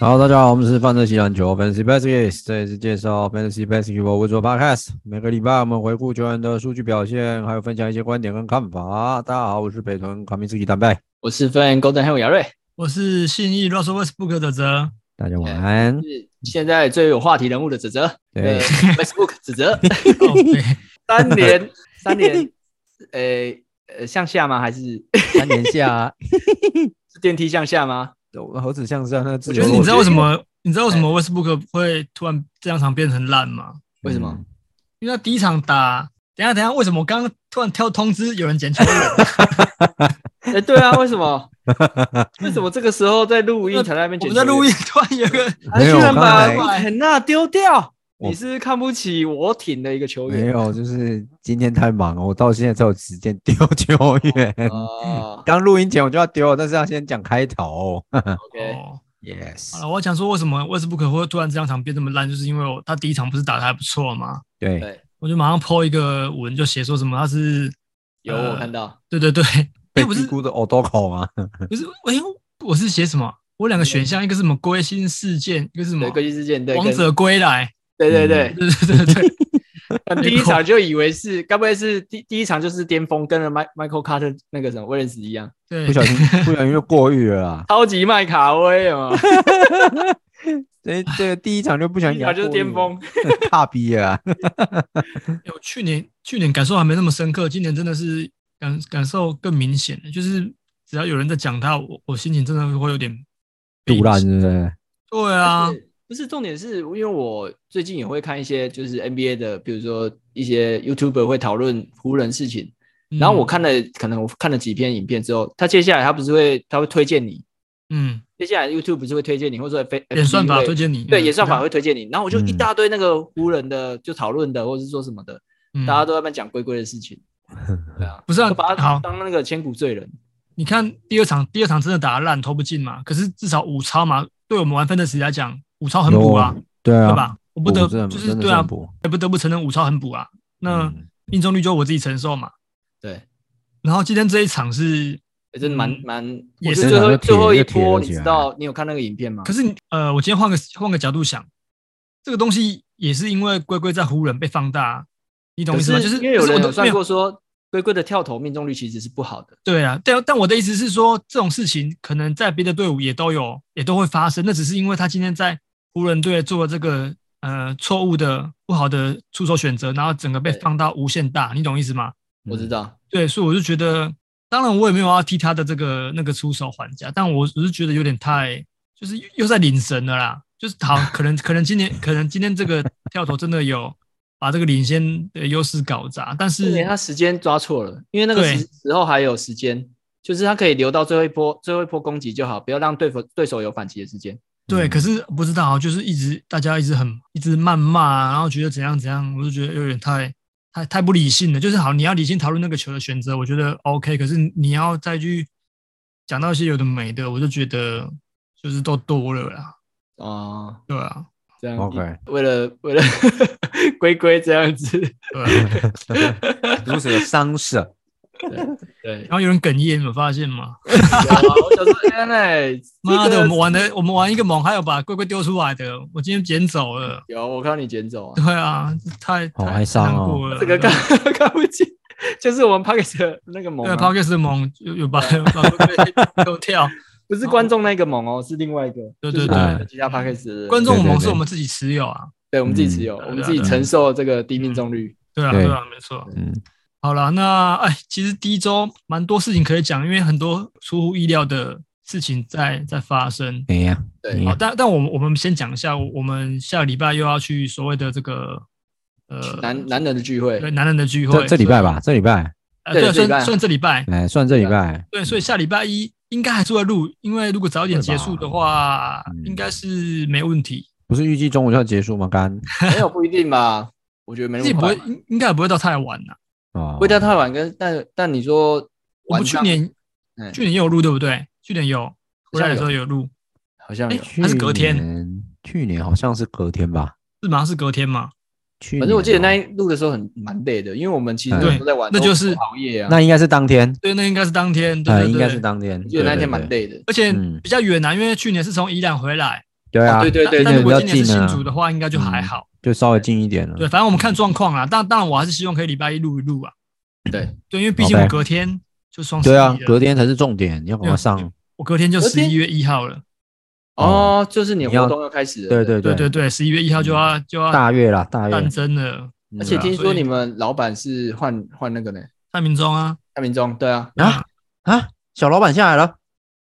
好，大家好，我们是范特西篮球 Fantasy Baskets，这里是介绍 Fantasy Basketball 为主的 Podcast。每个礼拜我们回顾球员的数据表现，还有分享一些观点跟看法。大家好，我是北屯卡米斯基蛋白，我是分 Golden Hill 姚瑞，我是信义 Russell Westbrook 的 哲，大家晚安。是现在最有话题人物的指责，对 呃，Facebook 指责靠北三连三连，呃呃，向下吗？还是三年下，是电梯向下吗？何止向上，那自就由是落你知道体为什么？你知道为什么哎 Westbrook 会突然这两场变成烂吗？为什嗯么？因为他第一场打，等一下等一下，为什么我刚刚突然跳通知有人捡球 员？哎，对啊，为什么？为什么这个时候 在录音才在那边我剪？们在录音，， 突然有一个他没居有然我刚才把肯纳丢掉，我你是不是看不起我挺的一个球没员有，就是今天太忙了，我到现在才有时间丢球员。啊刚录音前我就要丢了，但是要先讲开头。 ？OK，哦，好 Yes，了，我想说为什么 Westbrook 会突然这两场变这么烂，就是因为我他第一场不是打的还不错吗？对，对，我就马上 po 一个文，就写说什么他是有呃我看到，对对对，被哎不低是估的 o d o k o 吗？不是，哎、我是写什么？我两个选项，一个是什么归心事件，一个是什么嗯对，国际事件，对，王跟者归来。对对对，对对对对，但第一场就以为是，该不会是第第一场就是巅峰，跟了 Mike Michael Carter 那个什么威廉斯一样，对， 不小心，不小心就过誉了啊啦。超级麦卡威 啊， 这这个第一场就不第想一讲，场就是巅，峰， 大逼啊！哎我去年去年感受还没那么深刻，今年真的是感感受更明显了。就是只要有人在讲他，我我心情真的会有点被杜烂影响。是不是？对啊，是不是重点是，因为我最近也会看一些就是 NBA 的，比如说一些 YouTuber 会讨论湖人事情，嗯然后我，看了可能我看了几篇影片之后，他接下来他不是会他会推荐你，嗯，接下来 YouTube 不是会推荐你，或者说 F 演算法 FB 会推荐你，对嗯演算法会推荐你，然后我就一嗯大堆那个湖人的就讨论的，或者是说什么的，嗯大家都在那边讲龟龟的事情。 对啊，不是啊就把好他当那个千古罪人。你看第二场，第二场真的打得烂，投不进嘛。可是至少五超嘛，对我们玩分的时来讲，五超很补啊，对对啊，吧？我不得补真的就是真的对啊很，补也不得不承认五超很补啊。那嗯命中率就我自己承受嘛。对，然后今天这一场是，欸真的蛮嗯蛮，也我是觉得真最的后就铁最后一就铁了波，你起来知道你有看那个影片吗？可是你呃，我今天换个换个角度想，这个东西也是因为龟龟在湖人被放大，啊你懂我可意思吗？就是因为有就是我人的有算没有过说，龟龟的跳投命中率其实是不好的。对啊，但但我的意思是说，这种事情可能在别的队伍也都有，也都会发生。那只是因为他今天在湖人队做了这个呃错误的不好的出手选择，然后整个被对放到无限大，你懂意思吗？我嗯知道，对，所以我就觉得，当然我也没有要替他的这个那个出手还价，但我只是觉得有点太，就是又又在领神了啦。就是好，可能可能今年可能今天这个跳投真的有把这个领先的优势搞砸，但是是他时间抓错了，因为那个对时时候还有时间，就是他可以留到最后一波，最后一波攻击就好，不要让对手对手有反击的时间。对，嗯可是不知道，就是一直大家一直很一直谩骂啊，然后觉得怎样怎样，我就觉得有点太太太不理性了。就是好，你要理性讨论那个球的选择，我觉得 OK。可是你要再去讲到一些有的没的，我就觉得就是都多了啦，哦，对啊，这样嗯 OK 为了为了龟龟这样子，对啊。如此的伤神，对对 然。后有人哽咽，你有发现吗？有啊我想说，天嘞，妈这的，个我们玩的我们玩一个猛，还有把龟龟丢出来的，我今天捡走了。有，我看到你捡走啊， 对啊，这太好太哀伤太难哦过了这个对看啊看不清，就是我们 p o c k e t 的那个猛对啊、 p o c k e t 猛有有 把有把龟龟丢掉。不是观众那个猛哦，是另外一个，对就是对对我们其他 p o c k e t 的观众对对盟对是我们自己持有啊，对我们自己持有，嗯我们自己承受这个低命中率，对啊，对对啊，没错。嗯，好了，那哎，其实第一周蛮多事情可以讲，因为很多出乎意料的事情在在发生。哎呀，对好，但但我们我们先讲一下，我我们下个礼拜又要去所谓的这个呃男男人的聚会，对男人的聚会，这这礼拜吧，这礼拜，呃对对，这礼拜算算这礼拜，哎，算这礼拜，对，所以下礼拜一应该还是会录，因为如果早一点会吧结束的话，嗯应该是没问题，不是预计中午就要结束吗？干没有不一定吧？我觉得没自那己么不快会，，应应该也不会到太晚呐。啊，不会到太晚跟，但但你说我晚们去上年嗯去年也有录，对不对？去年有回来的时候有录，好像有，还是隔天去年，去年好像是隔天吧。是吗？是隔天嘛？去年反正我记得那哦一录的时候很蛮累的，因为我们其实嗯那时候在玩，对那就是熬夜啊。那应该是当天，对，那应该是当天，对呃，对应该是对，当天。我记得那一对天蛮对累的，而且嗯比较远啊呐，因为去年是从宜兰回来，对哦啊，对对对但对如果比较今年是近新啊竹的话，应该就还嗯好。就稍微近一点了。对，反正我们看状况啦。但当然，我还是希望可以礼拜一录一录啊。对，对，因为毕竟我 OK 隔天就双十一对啊了，隔天才是重点，你要赶快上。我隔天就隔十天一月一号了。哦，就是你你要活动要开始了。对对嗯对对对，十一月一号就要就要大月啦，大月战。争了，嗯而且听对啊说所以你们老板是换换那个呢，蔡明忠啊，蔡明忠，对啊，啊啊，小老板下来了，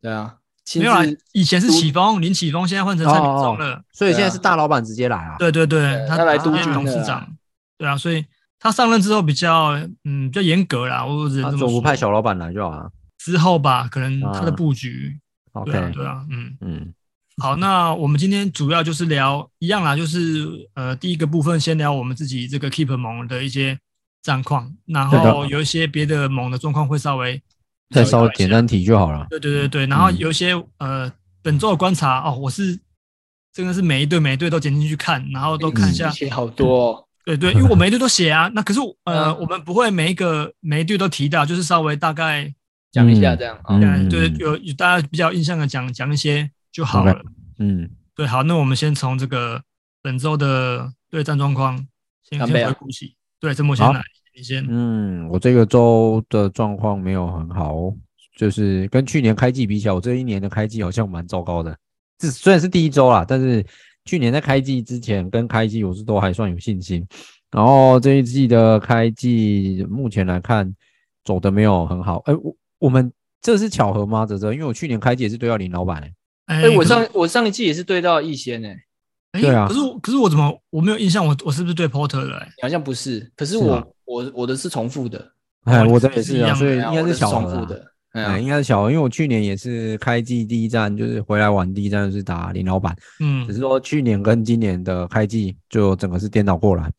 对啊，亲没有啦自，以前是起风林启峰，现在换成蔡明忠了。所以对啊现在是大老板直接来啊。对对对对，他他来督他是军董的事啦长，对啊，所以他上任之后比较嗯比较严格啦，我只他能这啊总么说。不派小老板来就好了。之后吧，可能他的啊布局， OK，对啊对啊，嗯。嗯，好，那我们今天主要就是聊一样啦，就是呃，第一个部分先聊我们自己这个 Keep 盟的一些战况，然后有一些别的盟的状况会稍微再稍微聊一下简单嗯提就好了。对对对对，然后有一些、呃本周的观察哦，我是真的是每一队每一队都点进去看，然后都看一嗯下，嗯写好多哦，对对，因为我每一队都写啊，那可是我呃、嗯我们不会每一个每一队都提到，就是稍微大概讲一下这样啊嗯。嗯对有有大家比较有印象的讲讲一些就好了。嗯，对，好，那我们先从这个本周的对战状况先干先杯啊回顾起。对，郑博先好来，你先。嗯，我这个周的状况没有很好哦，就是跟去年开季比起来，我这一年的开季好像蛮糟糕的。这虽然是第一周啦，但是去年在开季之前跟开季我是都还算有信心。然后这一季的开季目前来看走的没有很好。哎，我我们这是巧合吗？哲哲，因为我去年开季也是对到林老板、欸，哎哎，我可是上我上一季也是对到逸仙诶，哎对啊可是我可是我怎么我没有印象我，我是不是对 Porter 了、哎你好像不是，可是是吗我我我的是重复的，哎，哦我这啊是一也是啊，样的所以对应啊该我是的巧重合复啦。的，哎，嗯，啊应该是小的，因为我去年也是开季第一站，就是回来玩第一站就是打林老板，只嗯，是说去年跟今年的开季就整个是颠倒过来，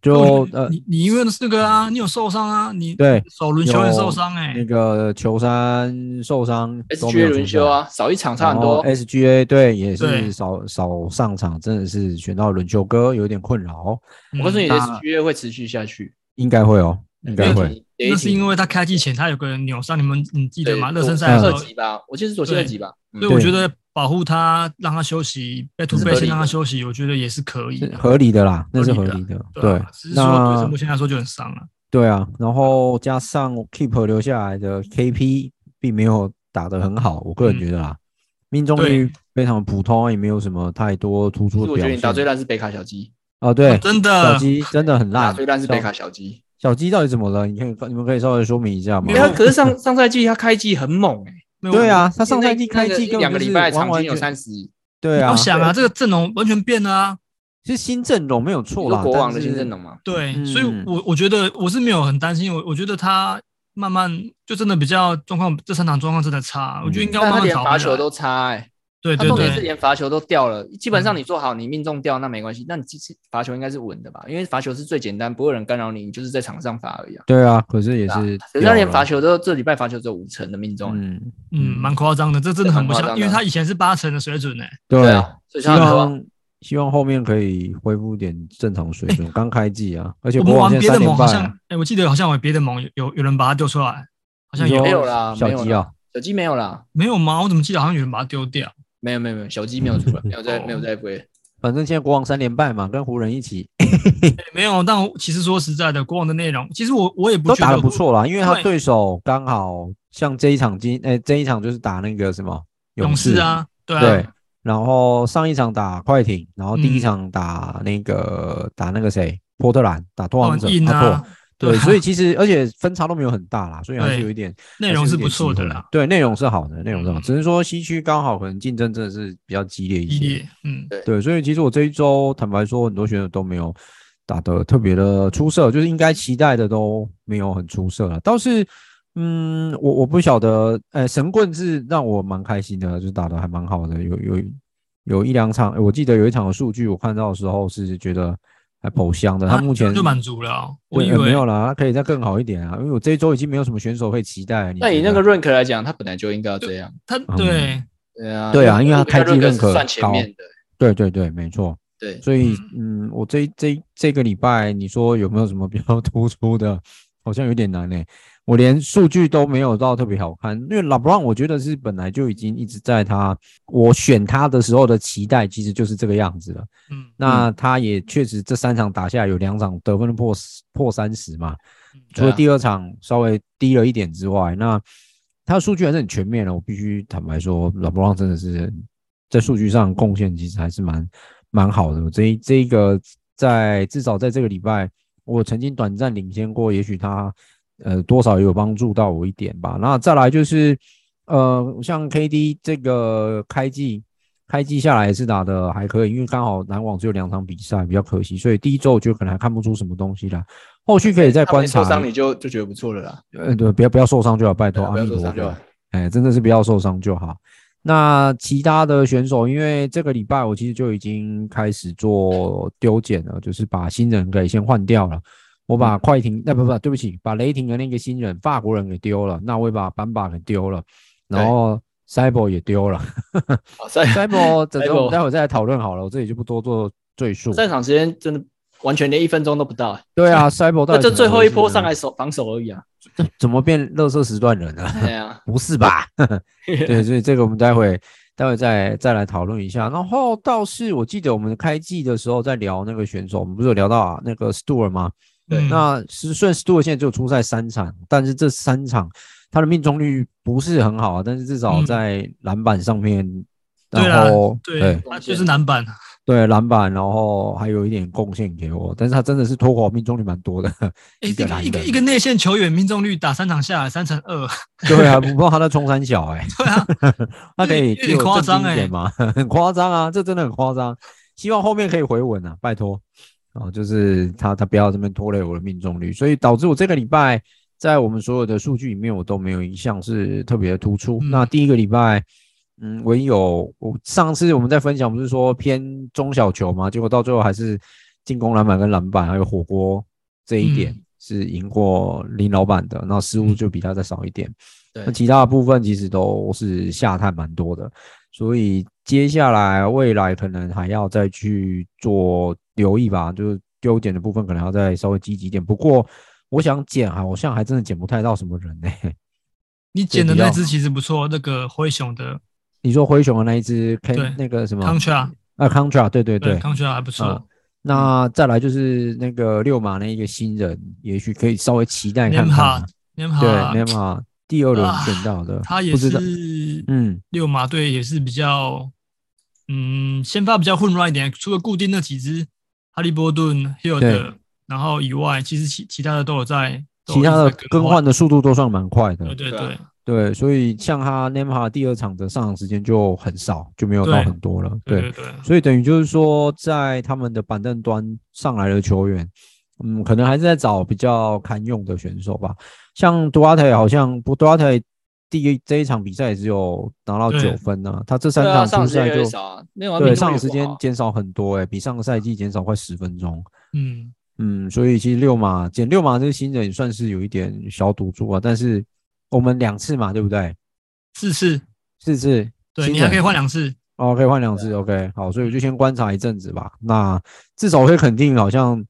就哦你呃你你因为那个啊，你有受伤啊，你对首轮球员受伤哎、那个球衫受伤都没 SGA 有轮出赛休，啊，少一场差然很后哦多，哎 SGA 对也对是少少上场，真的是选到轮休哥有点困扰，嗯我告诉你那，SGA 会持续下去，应该会哦，应该会，得那是因为为他开季前他有个扭伤，你们你记得吗？热身赛嗯的时二候，级吧，我记得是左膝对二级吧，嗯所以我对觉得保护他，让他休息，被突是背合理先让的他休息，我觉得也是可以是的。合理的啦，那是合合理的理的，对对啊，只是，说对那郑博现在说就很伤了。对啊，然后加上 Keep 留下来的 KP 并没有打得很好，我个嗯人觉得啦，命中率非常普通，啊也没有什么太多突其出实的我觉表得你打最现。烂是北卡小鸡，啊，对，哦真小的，鸡真的很打烂。最烂是北卡小小鸡。小鸡到底怎么了？你可以你们可以稍微说明一下吗没没？有有，哎可是上上赛季他开季很猛哎、没有对，啊，他上那赛季开季根那个一两本个就是礼拜场完完均有全三十，对你啊要，想啊，这个阵容完全变了啊。是新阵容没有你错说啦，国王的但是新阵容嘛，对，嗯所以我我觉得我是没有很担心，我我觉得他慢慢就真的比较状况，这三场状况真的差，嗯我觉得应该要慢但他慢连找回罚来。啊球都差哎、对他对重点是对，连罚球都掉了。基本上嗯你做好，你命中掉那没关系，那你其实罚球应该是稳的吧？因为罚球是最简单，不会有人干扰你，你就是在场上罚而已啊。对啊，可是也啊是可是他连掉了罚球都这礼拜罚球只有五成的命中、欸嗯，嗯，蛮夸张的，这真的很不蛮像，夸张因的为他以前是八成的水准呢、对对，啊，所以希像他望希望后面可以恢复点正常水准。刚开季啊，而且哎我们国王玩别现在三的连盟好败像，啊哎、，我记得好像有别的盟有有有人把他丢出来，好像你有说没有啦小没有鸡啦啊，小鸡没有啦，没有吗？我怎么记得好像有人把他丢掉？没有没有没有，小鸡没有出 来，没有在没有在归。反正现在国王三连败嘛，跟湖人一起哎没有，但我其实说实在的，过往的内容，其实我我也不都觉打得得不错啦，因为他对对手刚好像这一场今哎、这一场就是打那个什么勇士士，啊，对啊，对，然后上一场打快艇，然后第嗯一场打那个、打那个谁波特兰打拓哦王者很硬阿拓啊，对对，啊所以其实而且分差都没有很大啦，所以还是对有一点内容是不错的啦，，还是有一点机会对，内容是好的，内容是好，嗯只是说西区刚好可能竞争真的是比较激烈一激些，烈，嗯，对，所以其实我这一周坦白说，很多选手都没有打得特别的出色，就是应该期待的都没有很出色了，倒是。嗯，我我不晓得，呃，神棍是让我蛮开心的，就是打得还蛮好的，有有有一两场，呃我记得有一场的数据我看到的时候是觉得还颇香的，他那目前啊就满足了哦。我对以呃没为有啦，他可以再更好一点啊，因为我这一周已经没有什么选手可以期待了。那觉以那得个 rank 来讲，他本来就应该要这样。他嗯对对啊，对啊因为他开机认认可算前高面的，对对对，没错。对，所以嗯，我这一这一这个礼拜你说有没有什么比较 突出的？好像有点难呢、我连数据都没有到特别好看，因为老布朗我觉得是本来就已经一直在他我选他的时候的期待其实就是这个样子了。嗯，那他也确实这三场打下来有两场得分都破10破三十嘛，除对了啊第二场稍微低了一点之外，那他的数据还是很全面的。我必须坦白说，老布朗真的是在数据上贡献其实还是蛮蛮好的。我这一这一个在至少在这个礼拜，我曾经短暂领先过，也许他呃多少也有帮助到我一点吧。那再来就是呃，像 KD 这个开季。开季下来也是打的还可以，因为刚好篮网只有两场比赛，比较可惜，所以第一周我觉得可能还看不出什么东西来，后续可以再他没观察。受伤你就就觉得不错了啦，呃，对，不要不要受伤就好，拜托，对啊不阿要弥受陀伤就佛好。。哎，真的是不要受伤就好。那其他的选手，因为这个礼拜我其实就已经开始做丢减了，就是把新人给先换掉了。我嗯把快艇，那、不不，对不起，把雷霆的那个新人法国人给丢了，那我也把班巴给丢了，然对后 Cyber 也丢 了。好，赛 Cyber，等等，我 Cyborg 们待会再来讨论好了，我这里就不多做赘述。上场时间真的完全连一分钟都不到，哎对啊，Cyber 到那底怎这么最后回一事波呢上来守防守而 已啊。怎么变乐色时段人了？对啊，不 是吧？对，所以这个我们待会待会再再来讨论一下。然后倒是我记得我们开季的时候在聊那个选手，我们不是有聊到啊那个 Stewart 吗？嗯那是虽然 Stewart 现在只有出赛三场，但是这三场他的命中率不是很好啊，但是至少嗯在篮板上面，对啦然后对，他就是篮板，啊对篮板，然后还有一点贡献给我，但是他真的是脱口命中率蛮多的。诶一一个哎个篮一个板一个内线球员命中率打三场下来三乘二， 对啊，不知道他在冲三小哎、对啊， 他可以有点给我夸正经张一欸点吗？ 很夸张啊，这真的很夸张。希望后面可以回稳啊，拜托。哦，就是他他不要这边拖累我的命中率，所以导致我这个礼拜在我们所有的数据里面，我都没有一项是特别的突出。嗯那第一个礼拜，嗯，唯有我上次我们在分享不是说偏中小球嘛，结果到最后还是进攻篮板跟篮板还有火锅这一点嗯是赢过林老板的，那失误就比他再少一点。对那，其他的部分其实都是下探蛮多的，所以接下来未来可能还要再去做留意吧，就是丢点的部分可能要再稍微积极一点。不过我想捡啊，我现在还真的捡不太到什么人呢、 你捡的那只其实不错，那个灰熊的你说灰熊的那一只 K 对那个什么 Contra，啊 Contra，对对对。 ，Contra 还不错嗯，那再来就是那个六马那一个新人，也许可以稍微期待看看啊。 n 对 e n m 马第二轮啊选到的，他也不知道，是嗯，六马队也是比较，嗯，先发比较混乱一点，除了固定那几支哈利波顿、Hill 的对，然后以外，其实其其他的都有在，都有其他的一直在更换，的速度都算蛮快的。对对对对啊，对，所以像他 Nemha 第二场的上场时间就很少，就没有到对很多了。对对对，所以等于就是说，在他们的板凳端上来的球员，嗯，可能还是在找比较堪用的选手吧。像 Duarte 好像不 Duarte 第一这一场比赛也只有拿到对九分啊，他这三对啊，场上场出时间赛有就点少啊，那种对命中上场率时不间好啊减少很多诶、欸比上个赛季减少快十分钟。嗯，嗯，所以其实六马减六马这个新人也算是有一点小赌注啊，但是我们两次嘛，对不对？四次，四次，对新你还人可以换两次，哦，可以换两啊次，OK，好，所以我就先观察一阵子吧。那至少我可以肯定，好像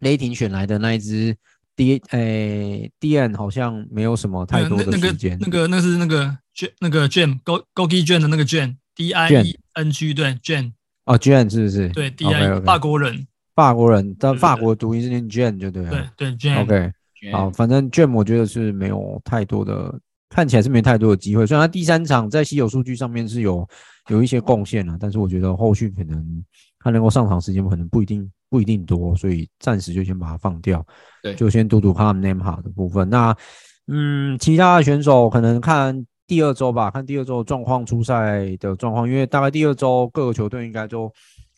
雷霆选来的那一只 D，诶，DN 好像没有什么啊太那多的那个时间。那个那个是那个卷那个卷 Go Go G 卷的那个卷 D I E N G 对卷哦，Jan 是不是？对 D I E， ，OK，法国人法国人，但对对法对国读音是念 Jan 就对了。对对卷 OK，好，啊反正 Jam 我觉得是没有太多的，看起来是没太多的机会。虽然他第三场在稀有数据上面是有有一些贡献了，但是我觉得后续可能他能够上场时间可能不一定不一定多，所以暂时就先把它放掉。对就先读读看 name 好的部分。那嗯，其他的选手可能看第二周吧，看第二周状况出赛的状况，因为大概第二周各个球队应该都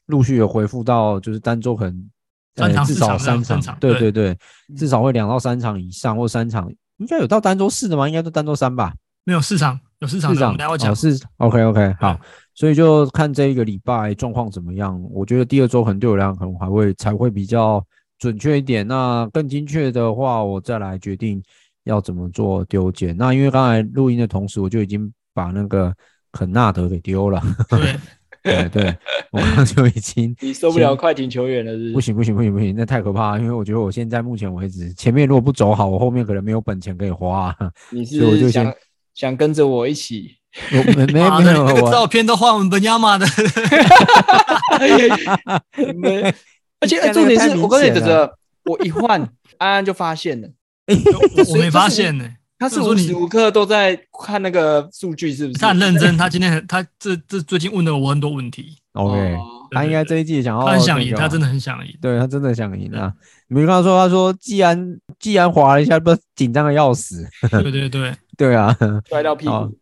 陆续有恢复到，就是单周可能三场呃、至四少场这三样场正常，对对对，至少会两到三场以上或三场，应该有到单周四的吗？应该都单周三吧。没有市场，有市场市的，我长们待会讲嗯哦、。是 OK OK 好，所以就看这一个礼拜状况怎么样。我觉得第二周可能对我来讲可能还会才会比较准确一点。那更精确的话，我再来决定要怎么做丢捡。那因为刚才录音的同时，我就已经把那个肯纳德给丢了。对， 对 对，我刚刚就已经你受不了快艇球员了，是不不是？行不行不行不行，那太可怕了。因为我觉得我现在目前为止，前面如果不走好，我后面可能没有本钱可以花、啊你所以我就是先想想跟着我一起？ 我 没没妈哎没的，有啊那个我照片都换我们本亚 马的，你们而且哎你看重点那个太是我跟你明显讲了的，我一换，安安就发现了，我我所以没这发是现呢。他是这是无你时无刻都在看那个数据，是不是？他很认真，他今天很他这这最近问了我很多问题， OK。哦他应该这一季想要、他很想赢，他真的，的很想 赢。对他真的想赢啊！你们刚刚说，他说既然既然滑了一下，不是紧张的要死，对对对，对啊，摔到屁股。哦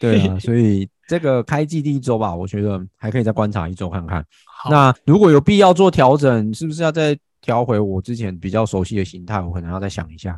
对啊，所以这个开季第一周吧，我觉得还可以再观察一周看看。好，那如果有必要做调整，是不是要再调回我之前比较熟悉的形态？我可能要再想一下。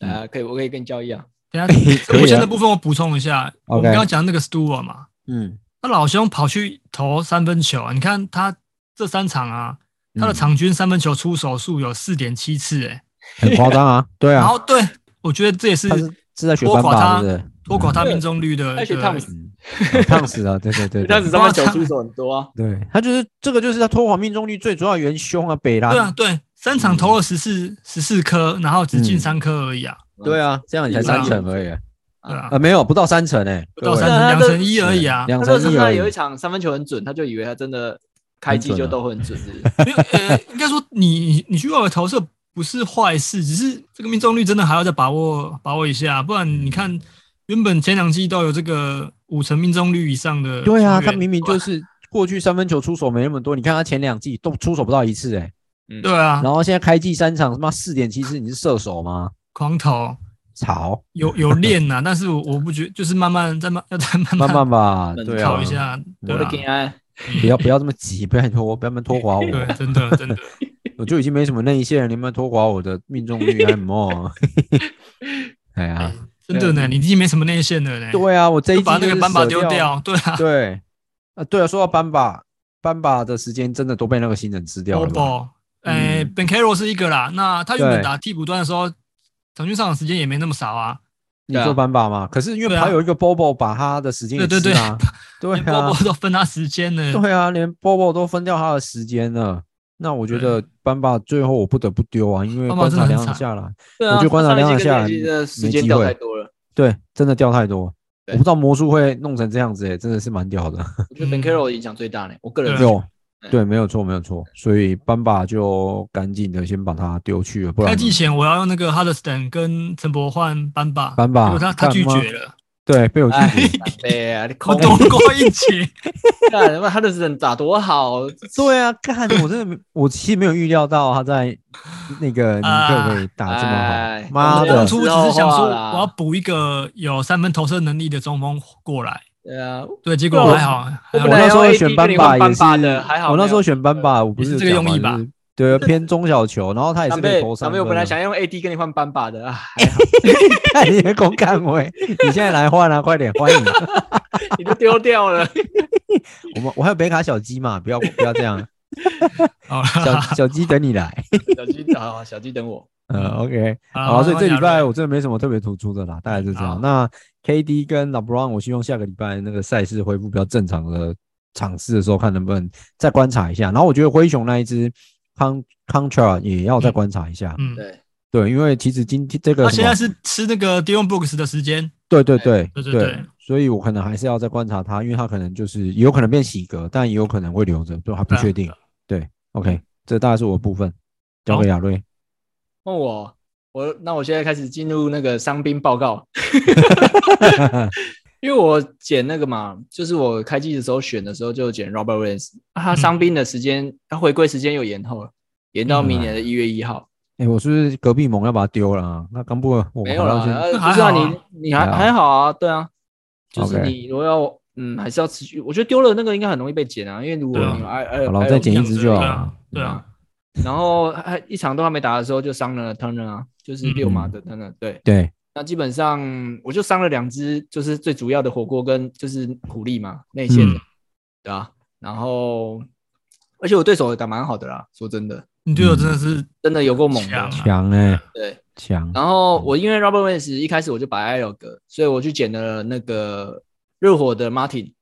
啊，可以，我可以跟你交易啊。等一下 可以啊我现在部分我补充一下，我们 OK 刚刚讲那个 Stewart 嘛，嗯，那老兄跑去投三分球啊，你看他这三场啊，嗯他的场均三分球出手数有四点七次、欸，很夸 张啊，对然啊，后对我觉得这也是他是是在学拖翻垮法，他是不是？拖垮他命中率的。而且对汤姆斯，嗯，嗯烫死了，对 对对，对汤姆斯对他们小出手很多啊。对他就是这个，就是他拖垮命中率最主要的元凶啊，嗯北拉。对啊，对，三场投了十四十四颗，然后只进嗯三颗而已啊， 嗯对啊，这样你才三成而已啊，对啊，呃，没有，不到三成诶，不到各位三成对啊两这成一而已啊。两他说成身一上而有一已。场三分球很准，他就以为他真的开机就都很准，是不是啊没有，呃，应该说你你你去外围投射不是坏事，只是这个命中率真的还要再把握把握一下，不然你看嗯原本前两季都有这个五成命中率以上的球员，对啊，他明明就哇是过去三分球出手没那么多，你看他前两季都出手不到一次诶，对啊，然后现在开季三场他妈四点七次，你是射手吗？狂投草，有有练呐、 但是我我不觉，就是慢慢再慢要 再慢慢慢 吧，冷对啊考一，下，对我的啊，平安，不要不要这么急，不要拖，不要那么拖垮我，对，真 的真的，我就已经没什么内线了，你们拖垮我的命中率还什么？ 哎呀，真的呢，你已经没什么内线了呢，对啊，我这一就季把那就个是板把舍丢掉，对啊，对，啊，对啊，说到班霸，班霸的时间真的都被那个新人吃掉波了吧。波，哦哎，Ben Carroll 是一个啦，那他原本对打替补端的时候，场均上场时间也没那么少啊，你对啊说班霸吗？可是因为对啊还有一个 Bobo 把他的时间给对对吃啊，对连波啊，波都分他时间呢， 对啊，连 Bobo 都分掉他的时间了。那我觉得班霸最后我不得不丢啊，因为班霸观真的察很两惨场下来，对啊我觉得观察上一两场季下来跟这一季的时没间机掉会太多了。对，真的掉太多。我对不知道魔术会弄成这样子、欸，真的是蛮屌的。我觉得 Ben Carroll 影响最大呢，我个人对觉得有，对，没有错，没有错。所以班霸就赶紧的先把他丢去了，不然开季前我要用那个 Huddleston 跟陈博换班霸，班霸结果他他干哦拒嘛绝了，对被我拒哎绝。，对啊，你我空躲过一劫。干，他妈他的人打多好， 对啊，干！我真的没，我其实没有预料到他在那个尼啊克可以打这么哎好。妈我的当，初只是想说知道啦我要补一个有三分投射能力的中锋过来，对啊，对，结果还好，还我好本来那时候要 AD 选班跟你霸换也班是霸的还好我那时候没有选班霸，我不也是是这个讲嘛用意吧？就是对，偏中小球，然后他也是长可以辈投三分长辈，啊。我本来想用 AD 跟你换班霸的啊，还好 看你的公干位，你现在来换啊，快点欢迎！你都丢掉 了，我们我还有北卡小鸡嘛，不要不要 这样，好小了，小鸡等你来。小鸡好，小鸡等我，呃，OK， 好好啊，啦所以这礼拜换我真的没什么特别突出的啦，大概就这好样。那 KD 跟 LeBron，我希望下个礼拜那个赛事恢复比较正常的场次的时候，看能不能再观察一下。然后我觉得灰熊那一支 Con Contra 也要再观察一下，嗯，对，对，因为其实今天这他个什现在么，是吃那个 Dion Brooks 的时间，对对对对对对所以我可能还是要再观察他，因为他可能就是也有可能变喜格，但也有可能会留着，就还不对啊确定。对，OK，这大概是我的部分，交好给亚瑞。 问我。我那我现在开始进入那个伤兵报告，因为我捡那个嘛，就是我嗯开机的时候选的时候就捡 Robert Williams，、啊、他伤兵的时间，他回归时间又延后了，嗯延到明年的一月一号。哎、我是不是隔壁盟要把它丢了啊？那刚不我没有跑啦，到现呃那不是还啊，好啊你你还还好还好啊，对啊，就是 OK 你如果要嗯，还是要持续，我觉得丢了那个应该很容易被捡啊，因为如果对啊你有 I 二好了，我再捡一样只子就好对啊了。嗯对啊，然后还一场都还没打的时候就伤了 Turner 啊，就是嗯六码的 Turner，对，对，那基本上我就伤了两只，就是最主要的火锅跟就是苦力嘛，内线的嗯，对啊，然后而且我对手也打蛮好的啦，说真的，你队友真的是真的有够猛的强，啊强哎、对。强。然后我因为 Robert w i n s 一开始我就摆 i l 格，所以我去捡了那个热火的 Martin，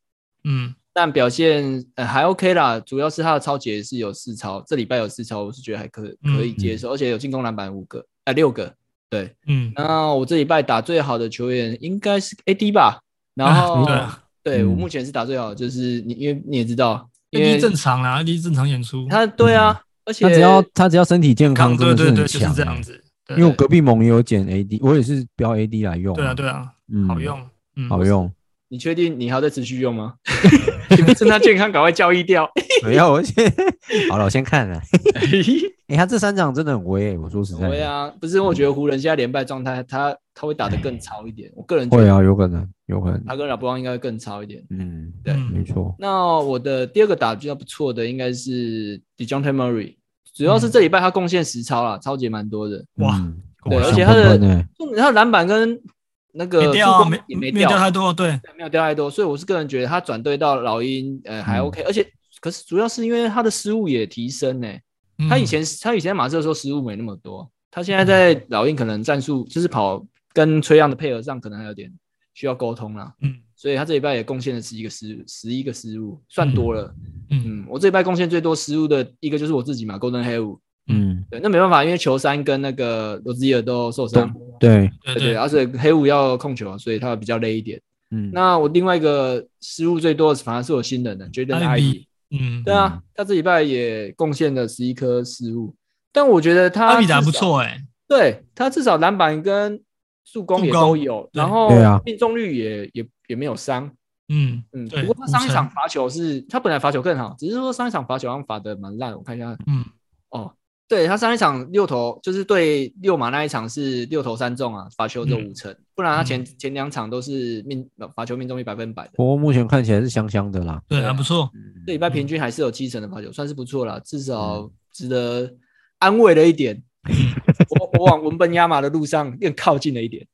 嗯但表现、呃、还 OK 啦，主要是他的超节是有四超，这礼拜有四超，我是觉得还可可以接受，而且有进攻篮板五个，呃六个，对。嗯，那我这礼拜打最好的球员应该是 AD 吧，然后、对啊对嗯我目前是打最好的，就是你因为你也知道，因第一为正常啦，第一正常演出，他对啊，而嗯且他只要他只要身体健康，真对的对很对，就是强、这欸样子，对因为我隔壁盟也有捡 AD，我也是标 AD 来用、对啊对啊，嗯好，用，嗯，好用。你确定你还要再持续用吗？你不趁他健康赶快交易掉。没有，我先 好了，我先看了。哎、他这三场真的很威、欸，我说实在的。 对啊，不是，我觉得湖人现在连败状态，他他会打得更糙一点。我个人觉会得啊，有可能，有可能。他跟老布朗应该会更糙一点。嗯，对没错。那我的第二个打比较不错的应该是 Dejounte Murray，主要是这礼拜他贡献实超啦，超级蛮多的。哇，嗯果对然而且香他的喷喷欸重点他的篮板跟那个没掉助啊攻没也没没掉掉，太多，对，没有掉太多，所以我是个人觉得他转队到老鹰，呃，还嗯 OK，、而且可是主要是因为他的失误也提升呢、嗯他以前他以前在马刺的时候失误没那么多，他现在在老鹰可能战术就是跑跟崔样的配合上可能还有点需要沟通啦，嗯所以他这礼拜也贡献了十一个失十一个失误，算多了。嗯嗯，我这礼拜贡献最多失误的一个就是我自己嘛，Golden h a l 嗯，对，那没办法，因为球三跟那个罗兹尔都受伤，对，对对对，啊而且黑五要控球，所以他比较累一点。嗯，那我另外一个失误最多的反而是我新人的 Jaden Ivey Ivey，嗯对啊，他这礼拜也贡献了十一颗失误，但我觉得他阿比打得不至少错哎，对他至少篮板跟助攻也助攻都有，对然后对啊命中率也也也没有伤。嗯嗯，对不过他上一五场成罚球是他本来罚球更好，只是说上一场罚球好像罚的蛮烂。我看一下嗯哦，对他上一场六投就是对六马那一场是六投三中啊，罚球只有嗯五成，不然他前嗯前两场都是命呃罚球命中率百分百的。不过目前看起来是香香的啦。对对啊还不错，这礼拜平均还是有七成的罚球，算是不错啦，至嗯少值得安慰了一点。 我我往文本亚马的路上更靠近了一点。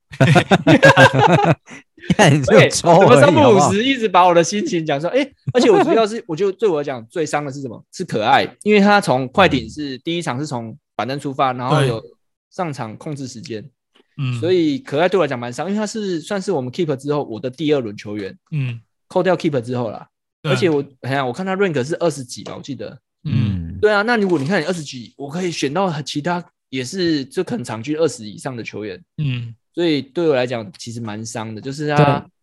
看 你这对，个抽我而们哎三已，不好不五好？嗯十一直把我的心情讲说，哎、而且我主要是，我觉得对我来讲最伤的是什么？是可爱，因为他从快嗯艇是第一场是从板凳出发，然后对有上场控制时间，嗯，所以以可爱对我来讲蛮伤，因为他是算是我们 keep 之后我的第二轮球员，嗯，扣掉 keep 之后啦。对而且我哎呀，我看他 rank 是二十几吧，我记得。嗯嗯，对啊，那如果你看你二十几，我可以选到其他也是就可能场均二十以上的球员，嗯所以对我来讲其实蛮伤的，就是他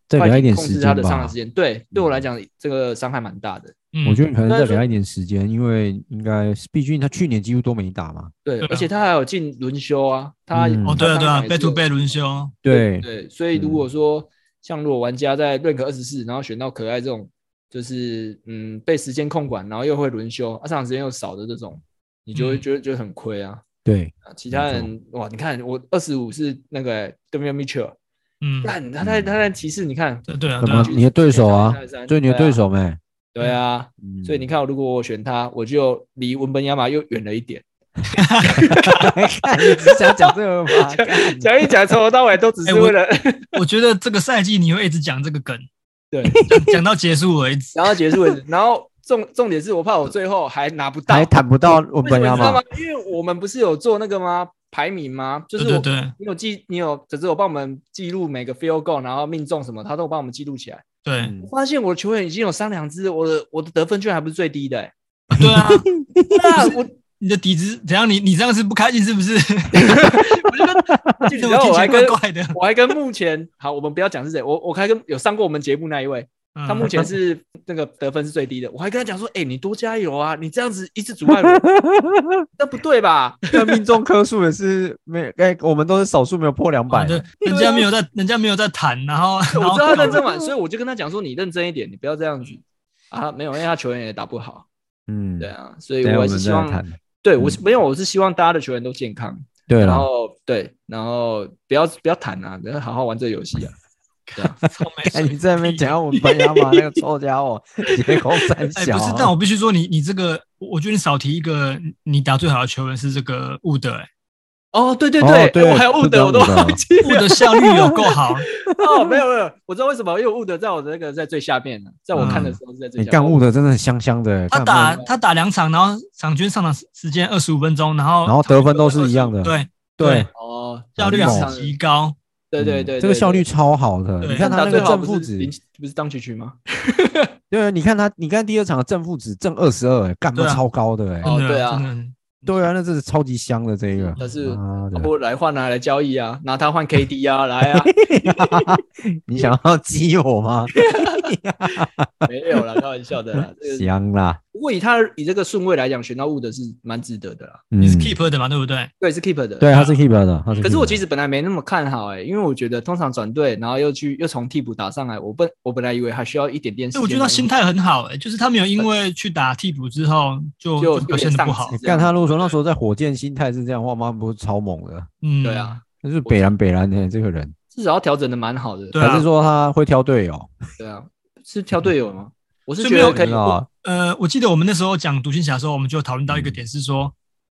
再。再给快他一艇点控时制他间的上场吧嗯时。间，对，对我来讲这个伤害蛮大的。嗯，我觉得你可能但再是给他一点时间，因为应该毕竟他去年几乎都没打嘛。对对啊，而且他还有进轮休啊，他嗯哦，对啊，对啊，背背图背轮。休，对，嗯对，所以如果说像如果玩家在 rank 二十四，然后选到可爱这种，就是嗯被时间控管，然后又会轮休，啊上场时间又少的这种，你就会嗯觉得觉得很亏啊。对，啊其他人哇，你看我二十五是那个欸 d a m i a n Mitchell，嗯，看他在他在骑士，你看对对啊，怎对么啊，你的对手啊对啊所以你的对手没？对啊，嗯所以你看，如果我选他，我就离文本亚马又远了一点。看， 你只想讲这个 吗？干讲一讲，从头到尾都只是哎我为 了、我觉得这个赛季你会一直讲这个梗， 对，讲讲到结束为止。然后结束为止。然后重重点是我怕我最后还拿不到，还谈不到我为什本么亚你知道马吗，？因为我们不是有做那个吗？排名吗？ 就对是对我对你有记，你有，只是我帮我们记录每个 field goal，然后命中什么，他都帮我们记录起来。对嗯我发现我的球员已经有三两支，我的我的得分圈还不是最低的、欸。对 啊，那我 你的底子怎样？你你这样是不开心是不 是？我就怎然么后听我起来怪还跟怪的？我还跟目前好，我们不要讲是谁，我我还跟有上过我们节目那一位，他他目 前是那个得分是最低的，我还跟他讲说，哎、你多加油啊，你这样子一直阻 碍我，那不对吧？ 那命中颗数也是没，哎，我们都是少数没有破两啊百。对，人家没有在，人家没有在谈，然后然我后知道他认 真玩，所以我就跟他讲说，你认真一点，你不要这样子啊，没有，因为他球员也打不好，嗯对，啊，所以等一下我我还们是希再来望谈。对我嗯是没有，我是希望大家的球员都健康，对啊然了，后对，然后不要不要谈啊，然后好好玩这个游戏啊。对啊，超没看水哎你在那边平讲我们班亚马那个臭家 伙，结构三哎、小，啊不是，但我必须说你，你这个，我我觉得你少提一个，你打最好的球员是这个伍德、哎，哦，对对哦对，对我还有不伍得德，我都不得忘记伍德了。效率有够好，哦，没有没有，我知道为什么，因为伍德在我的那个在最下面呢，在我看的时候是在嗯最你下干面。物的真的很香香的，他干打嘛他打两场，然后场均上场时间二十五分钟，然后然后得分都是一样的，对对，哦，效率很两场猛极高，对对对，嗯这个对效率对超好的。对你看他打那最个好正不负是值林，不是当曲 曲吗？对，你看他，你看第二场的正负值正二十二，哎，干对嘛啊超高的哎，哦真的对啊真的很对啊，那真是超级香的这个，但是妈的啊不来换啊，来交易啊，拿他换 KD 啊，来啊，你想要激我吗？没有啦，开玩笑的 啦。啊这个香啦，不过以他以这个顺位来讲，选到伍德是蛮值得的啦。嗯你是 keeper 的嘛，对不对？对，是 keeper 的。对，他是 keep 的，他是 keeper 的。可是我其实本来没那么看好哎、因为我觉得通常转队，然后又去又从替补打上来，我本我本来以为还需要一点点时所间。以我觉得他心态很好、哎，就是他没有因为去打替补之后就嗯就就表现的不好有点丧，你看他如果说那时候在火箭心态是这样的话，妈不是超猛的，嗯，对啊，那是北兰北兰的这个人，至少要调整的蛮好的。对啊还是说他会挑队友？对啊，是挑队友吗？我是就觉没有得可以你知道吗呃，我记得我们那时候讲独行侠的时候，我们就讨论到一个点是嗯说，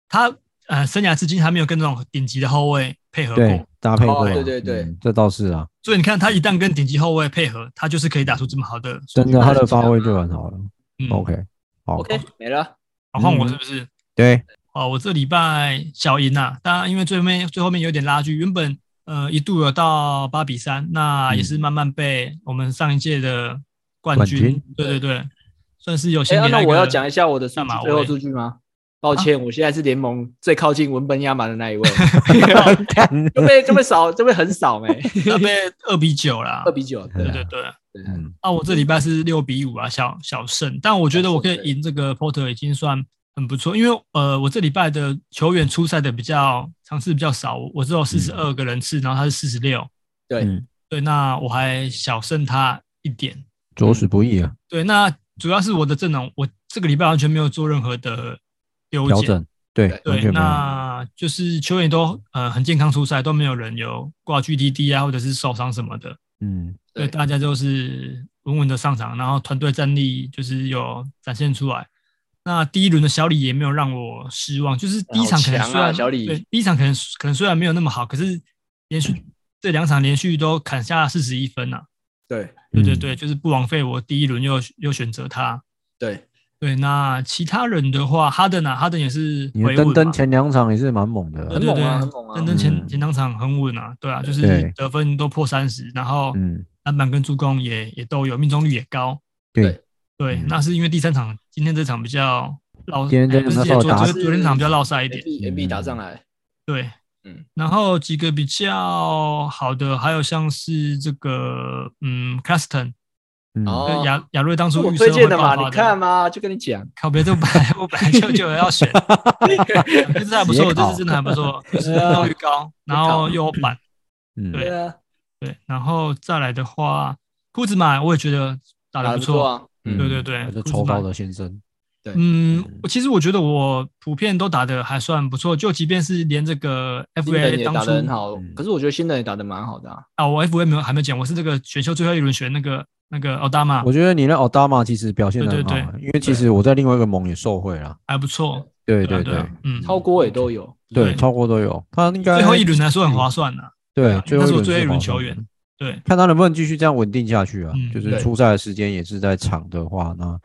他呃生涯至今还没有跟那种顶级的后卫配合对过，，搭配哦过嘛，对对对嗯，这倒是啊，所以你看他一旦跟顶级后卫配合，他就是可以打出这么好的水真平。的他的发挥就很好了。嗯 OK，好 OK 没了。好换嗯我是不是？对，哦，我这礼拜小赢啊，当然因为最后面最后面有点拉锯，原本呃一度有到八比三，那也是慢慢被我们上一届的冠军，冠军对对对，算是有哎、幸啊给他那一我个要讲一下我的数上据马，最后威数据吗？抱歉，我现在是联盟最靠近文本亚马的那一位， 干就被就被少，就被很少没、他被二比九啦二，比九，对对对对对。对，嗯啊，我这礼拜是六比五啊，小小胜，但我觉得我可以小胜对赢这个 Porter 已经算很不错，因为呃，我这礼拜的球员出赛的比较场次比较少，我我只有四十二个人次，然后他是四十六，对嗯对，那我还小胜他一点，着实不易啊，对，那主要是我的阵容，我这个礼拜完全没有做任何的丢调减，整对，完对，全没有。那就是球员都呃很健康出赛，都没有人有挂 GTD 啊，或者是受伤什么的，嗯，对，对大家就是稳稳的上场，然后团队战力就是有展现出来。那第一轮的小李也没有让我失望，就是第一场可能好强啊虽然、小李对第一场可能可能虽然没有那么好，可是连续这两场连续都砍下四十一分啊，对对对嗯对，就是不枉费我第一轮又又选择他。对，对，那其他人的话，哈登啊，哈登也是你回的稳登嘛登前两场也是蛮猛的对很啊，对猛啊对很猛啊登登前嗯前两场很稳啊，对啊，就对是得分都破三十，然后嗯，篮板跟助攻也也都有，命中率也高。对对，对嗯，那是因为第三场今天这场比较绕，今天这哎不是场今天昨打昨昨天场比较绕赛一点， M B 打上来，对，嗯，然后几个比较好的，还有像是这个嗯 c a s t o n 嗯哦跟亚亚瑞当是初我预推测荐会的爆嘛，发你看嘛，就跟你讲，靠别，这我本来我本来就就有要 选，这次还不错，斜这考次真的还不错，就是对啊效率高，然后又有板，嗯对啊，对，然后再来的话，库兹马我也觉得打打得得不不错错，啊，嗯对对对还是库兹仇马报的先生，嗯，我其实我觉得我普遍都打得还算不错，就即便是连这个新人 FA 也当打初得很好嗯，可是我觉得新人也打得蛮好的啊。啊，我 FA 没有还没有讲，我是这个选秀最后一轮选那个那个奥达玛我觉得你那奥达玛其实表现的很好对对啊，因为其实我在另外一个盟也受惠了，还不错，对对啊对对啊嗯超锅也都有，对，对超过都有，他应该最后一轮来说很划算呐、对，那是我最后一轮好球的员，对看他能不能继续这样稳定下去啊嗯。就对是出赛的时间也是在长的话，那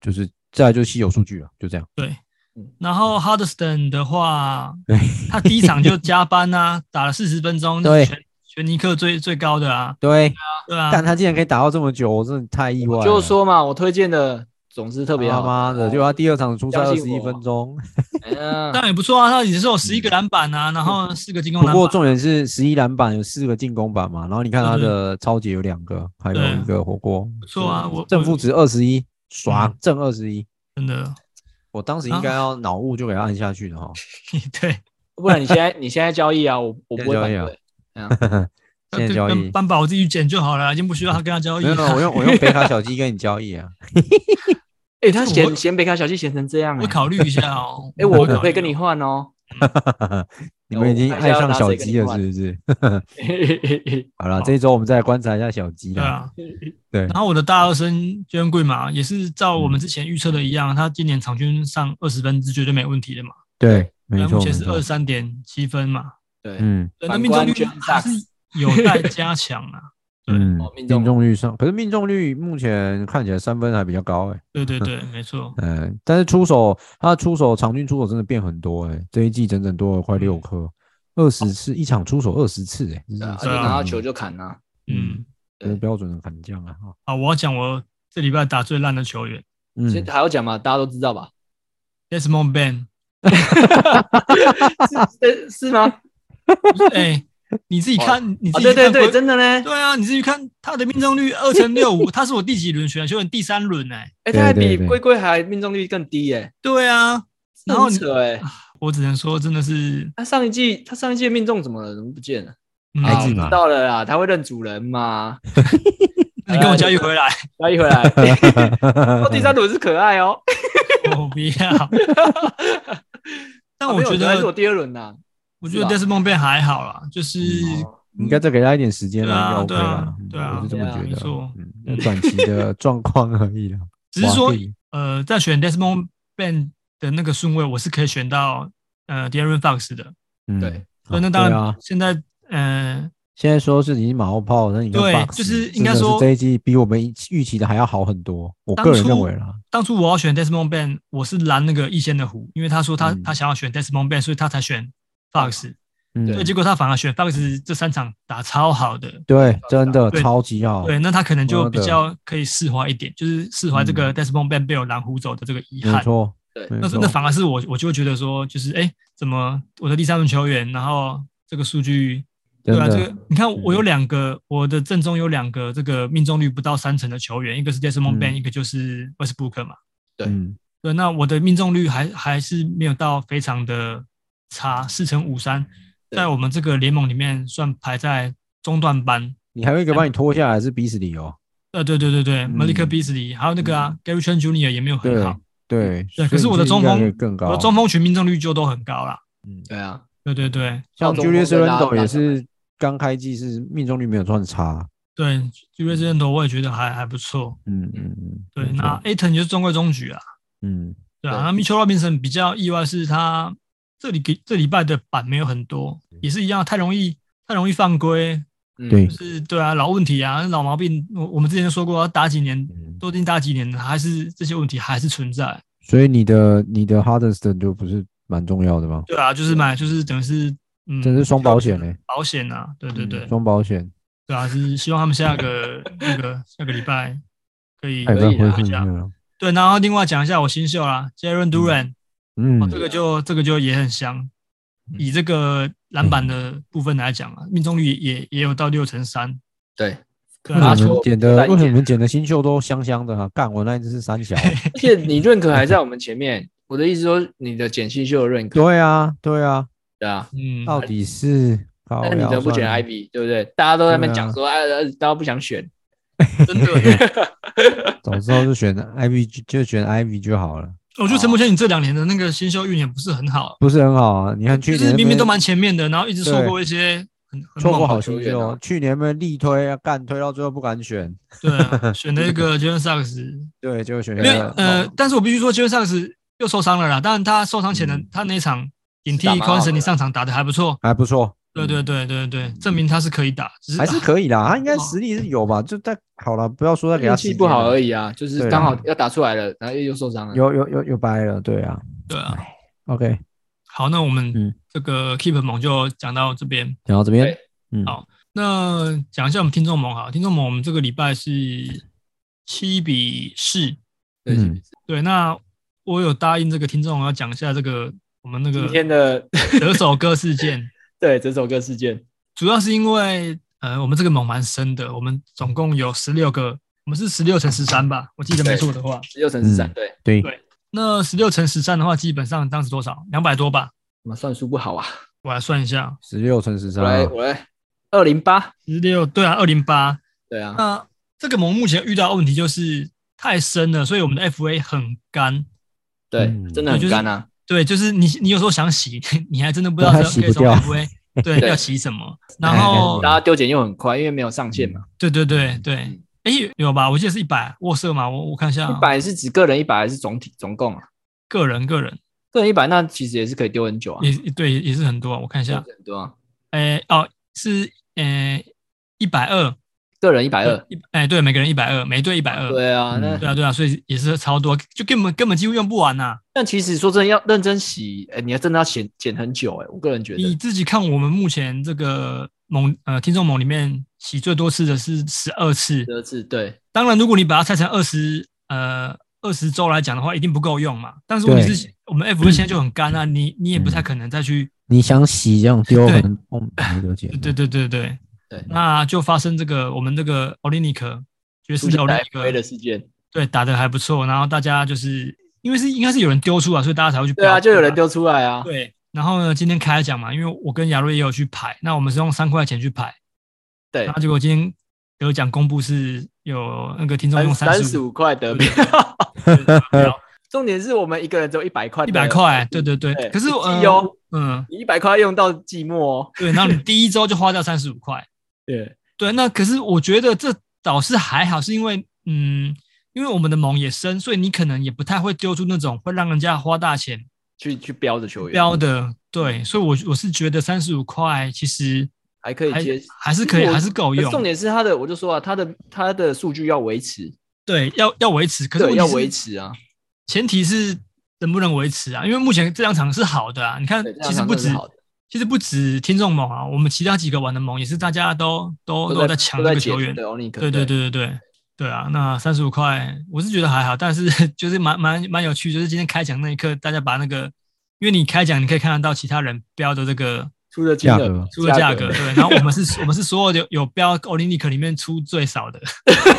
就是再来就是稀有数据了，就这样。对嗯。然后 Hardeston 的话对，他第一场就加班啊， 打了四十分钟，对全全尼克最最高的啊，对，对啊，但他竟然可以打到这么久，我真的太意外了。就是说嘛，我推荐的总之特特别他好，妈的，就他第二场出赛相二信十一我分钟，哎呀当然也不错啊，他也是有十一个篮板啊，然后四个进攻不篮过板，重点是十一篮板有四个进攻板嘛，然后你看他对对的超级有两个，还有嗯对一个火锅，不错啊，我嗯正负值二十一，爽嗯，正二十一。真的 我当时应该要脑雾就给他按下去的哈，对。不然你现在你现在交易啊，我我不会反现在交易对。现在交易跟班宝我自己捡就好了，已经不需要他跟他交易没有，没有我了。用我用北卡小鸡跟你交易啊。哎、他我嫌嫌北卡小气嫌成这样、我欸，考虑一下 哦。 哎、我考虑可以跟哦你换哦。你们已经我爱上小鸡了，我还是不是？ 嘿嘿嘿嘿好了，这一周我们再来观察一下小鸡对啦。啊，对然后我的大二生捐贵嘛，也是照我们之前预测的一样，他今年场均上二十分是绝对没问题的嘛。对，没那错目没前是二错十。三点七分嘛，对，嗯对，那反命中观率 John 还是 Sachs 有待加强啊。 对嗯哦，命中命中率上，可是命中率目前看起来三分还比较高哎。对对对，没错。嗯，但是出手他的出手场均出手真的变很多哎，这一季整整多了快六颗，二十次一场出手二十次哎，对啊，是就啊拿到球就砍啊。嗯，这是标准的砍将啊。哦好，我要讲我这礼拜打最烂的球员嗯所以还要讲嘛，大家都知道吧？ ，Desmond Ben。 是 是吗？啊，哎，你自己看，你自己哦对对看对，规真的呢。对啊，你自己看他的命中率二乘六五，他 是我第几轮选秀员第三轮哎。哎、他还对对比对龟龟还命中率更 低耶、对啊，然然后后你扯哎、我只能说真的是他上一季他上一季的命中怎么了？怎么不见了？嗯孩啊，子我知嘛道了啦，他会认主人嘛。你跟我交易回来， 交易回来， 到第三轮是可爱哦。我不要。但我啊没有觉可爱是我得，第二轮呐。哦我觉得是 Desmond Ben 还好啦，就是嗯应该再给他一点时间啦，应该对 OK 啊啦，对啊嗯我是这么对啊觉没得错，嗯，嗯短期 的状况而已啦。只是华说帝呃，在选 Desmond Ben 的那个顺位，我是可以选到呃 Darren Fox 的。嗯对所以那啊当对啊然，现在嗯，现在说是你马后炮，那你看对 Fox 就是真应该的是说这一季比我们预期的还要好很多，我当个人初认为啦。当初我要选 Desmond Ben，我是拦那个易先的湖，因为他说他嗯他想要选 Desmond Ben，所以他才选 Fox。嗯，对，结果他反而选 Fox 这三场打超好的。对，真的对超级好，对，那他可能就妈比哦的较可以释怀一点，就是释怀这个嗯 Desmond Ben 被我拦湖走的这个遗没憾。错，对没那错那反而是我，我就会觉得说，就是哎、诶怎么我的第三轮球员，然后这个数据，对真啊，的这个你看我有两个，我的阵中有两个这个命中率不到三成的球员，一个是 Desmond Ben，、嗯一个就是 Westbrook 嘛。对嗯对，那我的命中率还还是没有到非常的差，四乘五三，对在我们这个联盟里面算排在中段班。你还有一个把你拖下来是逼死理由，呃，对对对对、嗯 m a l i k Beasley，还有那个啊、Gary Trent Jr. 也没有很对好，对对可所以是你我的这中应该锋可以更我高的，中锋群命中率就都很高啦。对啊，对对对像到中锋 Julius 再拉 Randle 拉也上来是刚开季是命中率没有算差，对 j u l i u s r a n d l 我也觉得还还不错。嗯嗯嗯，对，没错那 Aton 就是中规中矩啊。嗯对啊，对那 Mitchell Robinson 比较意外是他这里给这礼拜的板没有很多，嗯也是一样太容易太容易犯规，嗯对就是对啊老问题啊老毛病。我我们之前就说过，打几年嗯，都已经打几年了，还是这些问题还是存在。所以你的你的 Hardeston 就不是蛮重要的吗？对啊，就是买就是等于是嗯，真是嗯双保险嘞保险啊，对对对，双保险，对啊，是希望他们下个那个下个礼拜可以哦哎，不可要以恢啦好复像了，对，然后另外讲一下我新秀啦 j a r e n Duran，、嗯哦，，这个就这个就也很香。以这个篮板的部分来讲啊，命中率也也有到六成三。对，对为啊拿什出么你们捡的再一为什么点你们捡的新秀都香香的啊？干我那一只是 三小，而且你认可还在我们前面。我的意思说，你的简讯秀的认可，对啊对啊，对啊。嗯，到底是高但你要的不算选了啊 IB，对不对？大家都在那边讲说，哎，呃大家不 想选，真的耶，早知道就选 IV 就就选 IV 就好了，哦我觉得陈哦柏轩你这两年的那个新秀运也不是很好，不是很好啊？你看去就年是那明明边都蛮前面的，然后一直错对过一些很很错过猛的好球新员秀啊，去年们力推啊，干推到最后不敢选，对 啊，选了一个 j a r e n Sachs，对，啊结果选因一为个呃，但是我必须说 j a r e n Sachs 又受伤了啦，当然他受伤前的嗯他那一场顶替打蛮 c o 好 n s t a 的 n 上场打的还不错，还不错，对嗯对对对对，证明他是可以打，只是还是可以啦，他应该哦实力是有吧？就但好了，不要说再给他运气不好而已，已啊，就是对啊刚好要打出来了，然后又受伤了。有有有有掰了，对啊对啊。 ，OK，好，那我们嗯这个 Keep 盟就讲到这边。讲到这边对，嗯，好那讲一下我们听众盟哈，听众盟我们这个礼拜是七比四，对，嗯对，那我有答应这个听众要讲一下这个我们那今个天的得手歌事 件，对这首歌事件，主要是因为呃我们这个盟蛮深的，我们总共有十六个，我们是十六乘十三吧，我记得没错的话，十六乘十三，嗯对，对对那十六乘十三的话，基本上当时多少？两百多吧，怎么算数不好啊？我来算一下，十六乘十我三啊，来，我来，二零八，十六对啊，二零八，嗯对啊，那这个盟目前遇到的问题就是，太深了，所以我们的 FA 很干。对嗯，真的很干啊。对，就是你你有时候想洗， 你还真的不知道还可洗以不从掉哎 FA 对对要洗什么。然后大家丢捡又很快，因为没有上限嘛。对对对对嗯，诶，有吧？我记得是一百沃瑟嘛，我我看一下啊，一百是指个人一百还是总体总共啊？个人个人个人一百那其实也是可以丢很久啊，也对也是很多啊，我看一下，很多啊。诶哦是诶一百二个人一百二，一哎对，每个人一百二，每队一百二，对啊，嗯那对啊对啊，所以也是超多，就根本根本几乎用不完呐、但其实说真的，要认真洗，哎、你要真的要剪剪很久、哎，我个人觉你得，自己看我们目前这个盟呃听众盟里面洗最多次的是十二次，第二次对，当然，如果你把它拆成二十呃二十周来讲的话，一定不够用嘛。但是问题是，我们 F 现在就很干啊，你你也不太可能再去，你想洗这样丢，对可能哦，没丢解。对对对对对那就发生这个我们这个 o l i n i k 爵士出的 o 现 l i 来 n i k 的事件，对打的还不错，然后大家就是因为是应该是有人丢出啊，所以大家才会去对啊，标就有人丢出来啊，对。然后呢，今天开奖嘛，因为我跟亚瑞也有去排，那我们是用三块钱去排，对然，后结果今天得奖公布是有那个听众用三三十五，五块得票，重点是我们一个人只有一百块，一百块，对对对。哎对可是我一季哦，呃嗯，你一百块用到寂寞哦，对，然后你第一周就花掉三十五块。对，对，那可是我觉得这倒是还好，是因为嗯，因为我们的盟也深，所以你可能也不太会丢出那种会让人家花大钱去去标着球员，标的。对，所以我我是觉得三十五块其实还可以还接，还是可以，我还是够可是重用。点是他的，我就说啊，他的他的数据要维持，对，要要维持，可是对，问题要是维，持啊，前提是能不能维持啊？因为目前这两场是好的啊，你看对，这其样实想不真的止是好的，其实不止听众盟啊，我们其他几个玩的盟也是大家都都都有在抢这都在个球解员。对，欧尼克，对对对对对对啊！那三十五块，我是觉得还好，但是 就是蛮蛮蛮有趣，就是今天开奖那一刻，大家把那个，因为你开奖你可以看得到其他人标的这个出的金额价格出的价格，对，然后我们是，我们是所有的有标 o l y n i c 里面出最少的，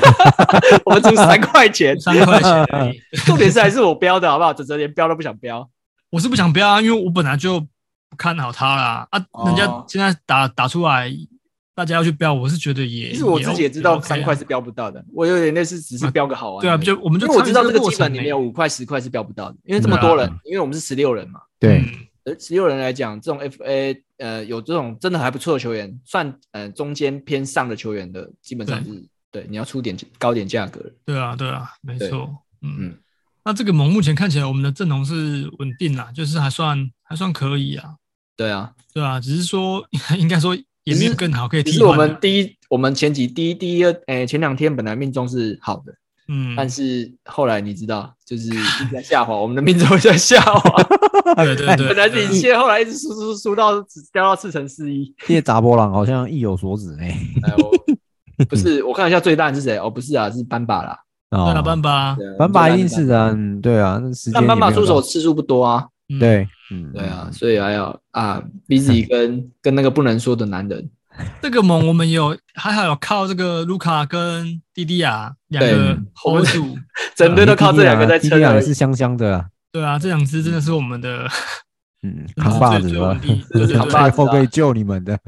我们只有三块钱三块钱而 已。重点是还是我标的好不好？哲哲连标都不想标，我是不想标啊，因为我本来就不看好他啦啊，人家哦现在打打出来，大家要去标，我是觉得也其实我自己也知道 OK 啊三块是标不到的，我有点类似只是标个好玩而已。对啊，就我们就因为我知道参与这这个过基程啊本里欸面有五块十块是标不到的，因为这么多人，因为我们是十六人嘛，对，嗯而十六人来讲，这种 FA 呃有这种真的还不错的球员，算呃中间偏上的球员的，基本上是对你要出点高点价格。对啊，对啊，没对错，嗯嗯，那这个盟目前看起来我们的阵容是稳定啦，就是还算还算可以啊，对啊，对啊，只是说 应该说也没有更好可以只替是我换啊们的，第一，我们前几第一第一二，哎、前两天本来命中是好的，嗯，但是后来你知道，就是一直在下滑，我 们的命中在下滑，嗯啊对对对，本来对啊领先，后来一直输输输到只掉到四成四一。 这些杂波浪好像意有所指呢。哎，我 不是，我看一下最烂是谁？哦，不是啊，是班巴啦。对啊，哦，班巴，对啊斑马一定最是烂的，嗯对啊，那时间但也班巴没有出手到，次数不多啊。嗯，对，哎嗯，对啊，嗯，所以还有啊，Busy 跟跟那个不能说的男人，这个盟我们有还好有靠这个卢卡跟弟弟啊两对个嗯猴主，整队都靠这两个在撑啊，而也已是。香香的啊，对啊，这两支真的是我们的嗯，真的扛是 把最子最啊稳，定，这对是对扛对把最子啊后可以救你们的，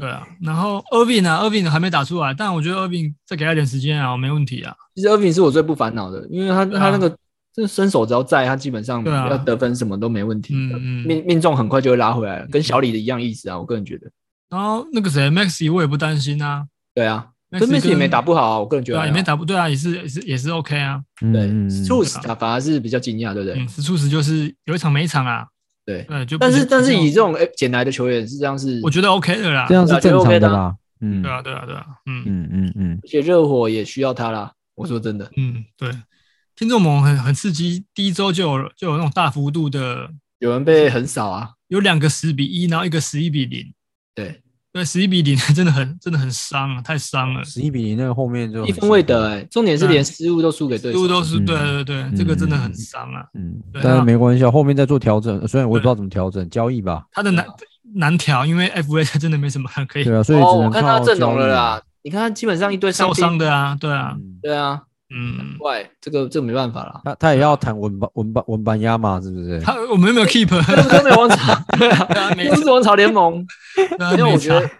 对啊，然后 Irving 啊，Irving 还没打出来，但我觉得 Irving 再给他一点时间啊，没问题啊。其实 Irving 是我最不烦恼的，因为他他那个这身手只要在，他基本上对啊要得分什么都没问题，嗯嗯命命中很快就会拉回来了，跟小李的一样意思啊。我个人觉得，然后那个谁，Maxi 我也不担心啊，对啊， Maxi 跟 Messi 也跟没打不好啊，我个人觉对得啊，还也好没打不对啊，也是也是也是 OK 啊。对嗯，嗯嗯 s u s 他反而是比较惊讶，对不对嗯，？实处实就是有一场没一场啊，对，对，就但比是较但是比较以这种哎捡来的球员，实际上是我觉得 OK 的啦这。样是对啊正常就 OK 的的啊啦，嗯，对啊，对啊，对啊，嗯嗯嗯嗯，而且热火也需要他啦。我说真的，嗯，对。听众盟很很刺激，第一周就有就有那种大幅度的，有人被很少啊。有两个十比一，然后一个十一比零。对，对，十一比零 真的很真的很伤啊，太伤了，十一比零那个后面就嗯一很分未辛苦得，哎，重点是连失误都输给对都手。嗯都是嗯对对对，这个真的很嗯伤啊。嗯，对但那是没关系啊，后面再做调整，虽然我也不知道怎么调整，交易吧，他的难啊难调，因为 FA 真的没什么人可以对啊，所以哦，只能我看他靠阵容交易了啦，你看他基本上一 堆受兵伤。的啊，对啊，嗯对啊，嗯，喂，这个这个没办 法啦。他他也要谈文班文班文班亚马是不是？他我们有没有 keep？这个没有王朝，对啊，对啊， 没这是王朝联盟。 对啊因为没我觉差得，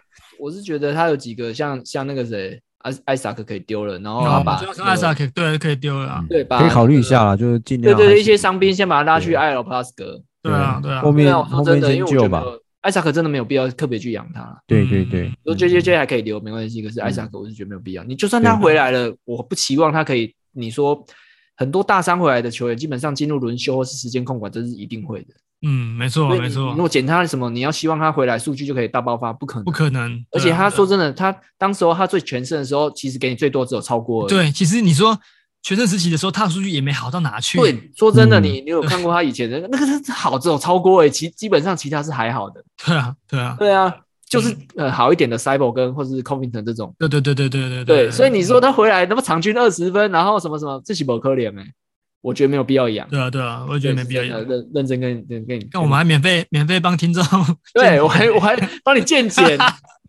我是觉得他有几个像像那个谁艾艾萨克可以丢了，然后那他哦我们把最后是那个艾萨克，对，可以丢了啊，对吧？可以考虑一下啦，就是尽对量对还对，是一些伤兵先把他拉去埃尔帕斯格。对啊，对啊后，对面啊，我后说面真的，因先救为我觉吧，得艾萨克真的没有必要特别去养他了。对对对嗯，嗯说啊 J J J 还可以留，没关系。可是艾萨克，我是觉得没有必要。你就算他回来了，我不期望他可以。你说很多大伤回来的球员，基本上进入轮休或是时间控管，这是一定会的。嗯，没错，所以没你错如，果捡他什么，你要希望他回来数据就可以大爆发，不可能不。可能。而且对啊他对啊说真的，他当时候他最全盛的时候，其实给你最多只有超过而已。对，其实你说全盛时期的时候，他的数据也没好到哪去。对，说真的，嗯你你有看过他以前的那个是好只有超过而已，其基本上其他是还好的。对啊，对啊，对啊，就是嗯呃好一点的 Cyber 跟或是 Covington 这种。对对对对对对啊嗯对，所以你说他回来那么场均二十分，然后什么什么，这是不可怜哎，我觉得没有必要养。对啊对啊，我也觉得没必要对养真。的认认真跟跟跟你。那我们还免费免费帮听众 建对议我还我 还帮你鉴检，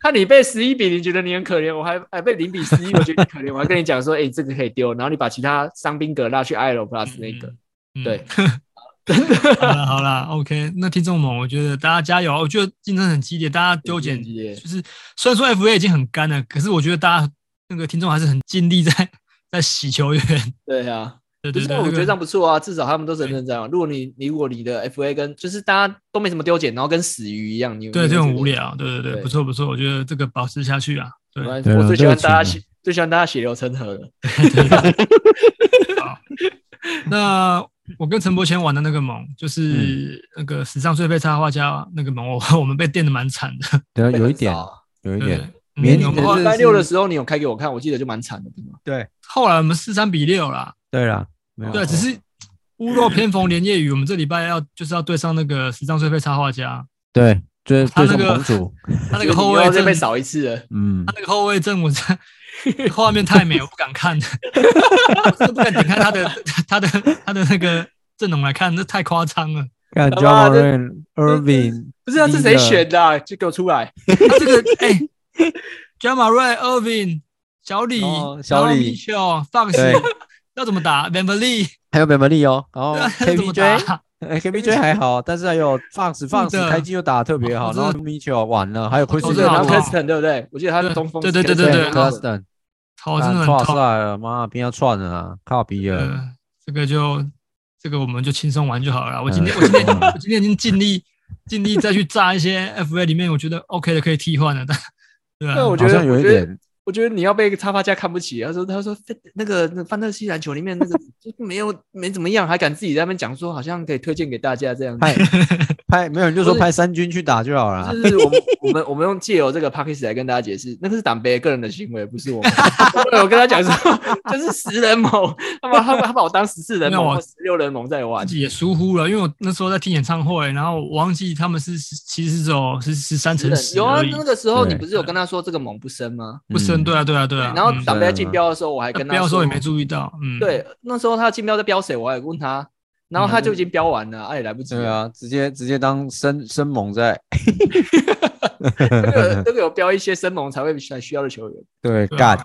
看你被十一比零，觉得你很可怜，我还哎被零比 十一，我觉得你可怜，我还跟你讲说，哎，这个可以丢，然后你把其他伤兵格拉去 i r o Plus 那个，嗯对， 好啦好啦，OK，那听众们，我觉得大家加油啊！我觉得竞争很激烈，大家丢竞捡争很激烈就是虽然说 FA 已经很干了，可是我觉得大家那个听众还是很尽力在 在洗球员。对啊。对不对是，对，我觉得这这个样不错啊，至少他们都是很认真啊。如果你你如果你的 FA 跟就是大家都没什么丢捡，然后跟死鱼一样，你对这种种无。聊，对对对，对不错不错，我觉得这个保持下去啊，对没，关系对啊我最喜欢热情大家啊血，最喜欢大家血流成河了。 那我跟陈柏谦玩的那个盟，就是嗯那个史上最被插画家那个盟， 我我们被电的蛮惨的。等下有一很点少啊有一对点，，嗯年底我的们这哦，是礼拜六的时候你有开给我看，我记得就蛮惨的，对吗？对后来我们四三比六啦，对啦，没有对，只是屋漏偏逢连夜雨，我们这礼拜要就是要对上那个时尚最配插画家，对对哦他那对上个 盟主，他那个后卫又要阵再被扫一次了。嗯他，那个后卫阵，我在画面太美，我不敢看， 我是不敢点开他的他的他的那个阵容来看，那太夸张了。看他 j 妈 a m 的 a r a n Irving，不是啊，这谁选的啊？就给我出来！他这个哎 j a m a r a Irvin、小李、哦小李 Mitchell、Fox 对要怎么打 v a n v l e 还有 b e m e l y 哦，然 后要怎么打 KBJ。哎 KBJ 还好，但是还有 Fox Fox 开机又打得特别我好，真然的后 Mitchell 完了，还有 Chris 我真的对，然好后不好 Custon 对不对？我记得他是中锋。对对对对对 c u s t o n 头哦真的很哇痛。塞，妈，边要串了啊，靠比尔，呃，这个就这个我们就轻松玩就好嗯了啦。我今天我今天 我今天已经尽力尽力再去炸一些 FA 里面我觉得 OK 的可以替换了，但对对，我啊，觉好得像有一我觉得点，我觉得你要被插画家看不起。他说他说那个那个范特西篮球里面那个就没有没怎么样，还敢自己在那边讲说好像可以推荐给大家这样子。派派没有人就说派三军去打就好了啊，就是我们我们我们用借由这个 p a c k a g e 来跟大家解释，那个是党杯个人的行为，不是我们。 对我跟他讲说，就是十人盟，他把他把他把我当十四人没有盟我或十六人盟在玩自。己也疏忽了，因为我那时候在听演唱会，然后我忘记他们是是其实是只有是十三乘十有啊而，已那，个时候对你不是有跟他说这个盟不升吗？不深，嗯对啊，对啊，对啊。然后嗯党杯竞标的时候，我还跟不他要说说也没注意到，嗯，，对，那时候他竞标在标谁，我还问他，然后他就已嗯经标完了，啊也来不及对了。啊，直接直接当生生猛在，这个这个有标一些生盟才会才需要的球员，对对啊干，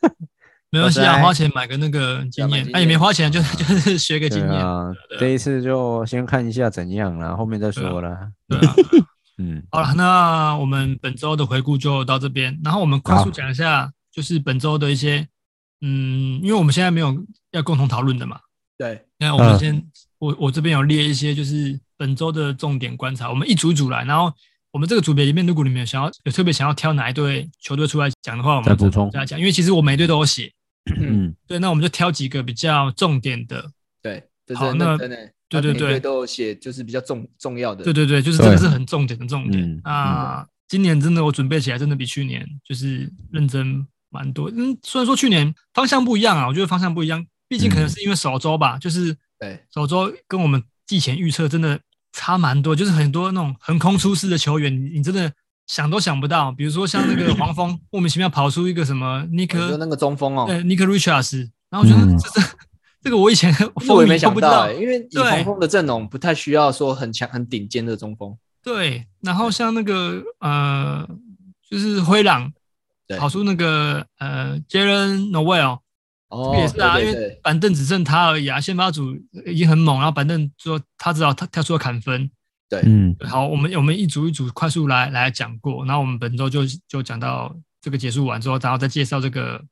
没关系我啊，在花钱买个那个经买验经，验哎，也没花钱，就 就是学个经对验，啊，这一次就先看一下怎样啦，后面再说啦，对啊。 嗯，好了，那我们本周的回顾就到这边，然后我们快速讲一下，就是本周的一些，嗯，因为我们现在没有要共同讨论的嘛，对，那我们嗯先，我我这边有列一些，就是本周的重点观察，我们一组一组来，然后我们这个组别里面，如果你们有想要有特别想要挑哪一队球队出来讲的话，我们再补充再讲，因为其实我每队都有写，嗯，对，那我们就挑几个比较重点的，对，这好是那认真的。对对他每对队都有写，就是比较重重要的。对对对，就是真的对是很重点的重点嗯。那今年真的我准备起来真的比去年就是认真蛮多。嗯，虽然说去年方向不一样啊，我觉得方向不一样，毕竟可能是因为首周吧，就是对首周跟我们季前预测真的差蛮多，就是很多那种横空出世的球员，你你真的想都想不到。比如说像那个黄蜂，莫名其妙跑出一个什么尼你说克那个中锋哦，对尼克 Richards，然后我觉得嗯这是这个我以前 这我风也靡没都想不知到、道欸，，因为以对黄蜂的阵容不太需要说很强、很顶尖的中锋。对，然后像那个呃，就是灰狼对跑出那个呃，Jalen Noel 哦也是啊，对因对为对板凳只剩他而已啊，先发组已经很猛，然后板凳说他只好他跳出了砍分。嗯，好，我们我们一组一组快速来来讲过，然后我们本周就就讲到这个结束完之后，然后再介绍这个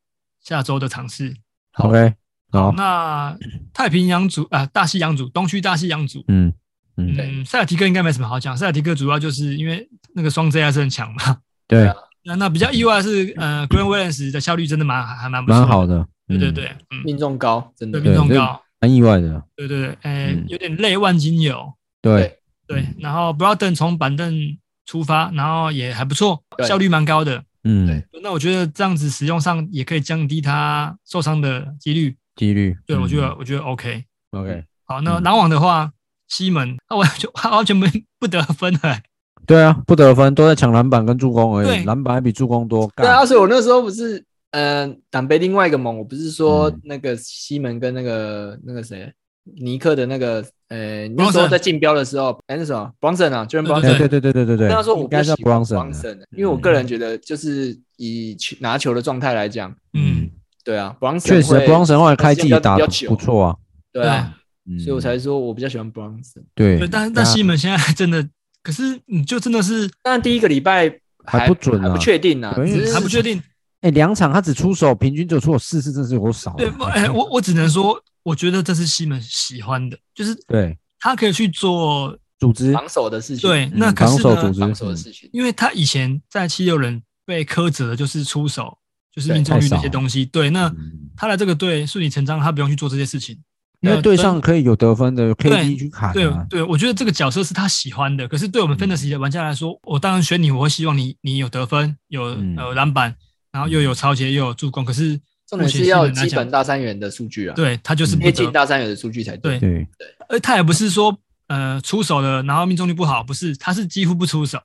下周的场次。 OK，好，那太平洋组啊、大西洋组，东区大西洋组，嗯嗯，嗯，塞尔提克应该没什么好讲。塞尔提克主要就是因为那个双 Z 还是很强嘛。啊对，那那比较意外的是，呃，Green Williams 的效率真的蛮还蛮不错蛮好。的，对嗯对，对，嗯，命中高，真的对命中对高，蛮意外的，对对对，哎嗯，有点累万金油。对，对，然后 Broden 从板凳出发，然后也还不错，对效率蛮高的。嗯，那我觉得这样子使用上也可以降低他受伤的几率。几率，对，我觉得嗯我觉得 OK。 OK，好，那嗯篮网的话，西门他完全他完全不不得分了。嗯对啊，不得分，都在抢篮板跟助攻而对已，篮板还比助攻多，对干啊，所以我那时候不是，嗯，党杯另外一个盟，我不是嗯说那个西门跟那个那个谁尼克的那个，呃，那时候 Bronson 在竞标的时候，哎，那什么 Bronson 啊，就是对 Bronson，对对对对对对，跟他说我应不该是喜欢 Bronson，的嗯 Bronson，因为我个人觉得就是以球拿球的状态来讲，嗯，对啊，Bronson 确实会，Bronson 后来开季比较打比得较久不错啊，对啊，嗯所以我才说我比较喜欢 Bronson。对对，，但是但那西门现在真的，可是你就真的是但第一个礼拜还不准啊还不确定啊，对因为只是还不确定。哎，两场他只出手，平均只有出手四次，真是有少啊，对，不哎，我我只能说，我觉得这是西门喜欢的，就是对，他可以去做组织，防守的事情，啊对。那嗯可防是守组呢，织防守的事情，因为他以前在七六人被苛责的就是出手，就是对命中率太少这些东西。对，那嗯他来这个队顺理成章，他不用去做这些事情。因为呃对跟上可以有得分的，KD 去砍对啊，嗯对，我觉得这个角色是他喜欢的。可是对我们 fantasy 的玩家来说，我当然选你，我会希望你你有得分，有嗯呃篮板，然后又有超节，又有助攻。可是重点是要有基本大三元的数据啊，，对他嗯就是不贴近得，大三元的数据才对。对对而他也不是说呃出手了，然后命中率不好，不是，他是几乎不出手，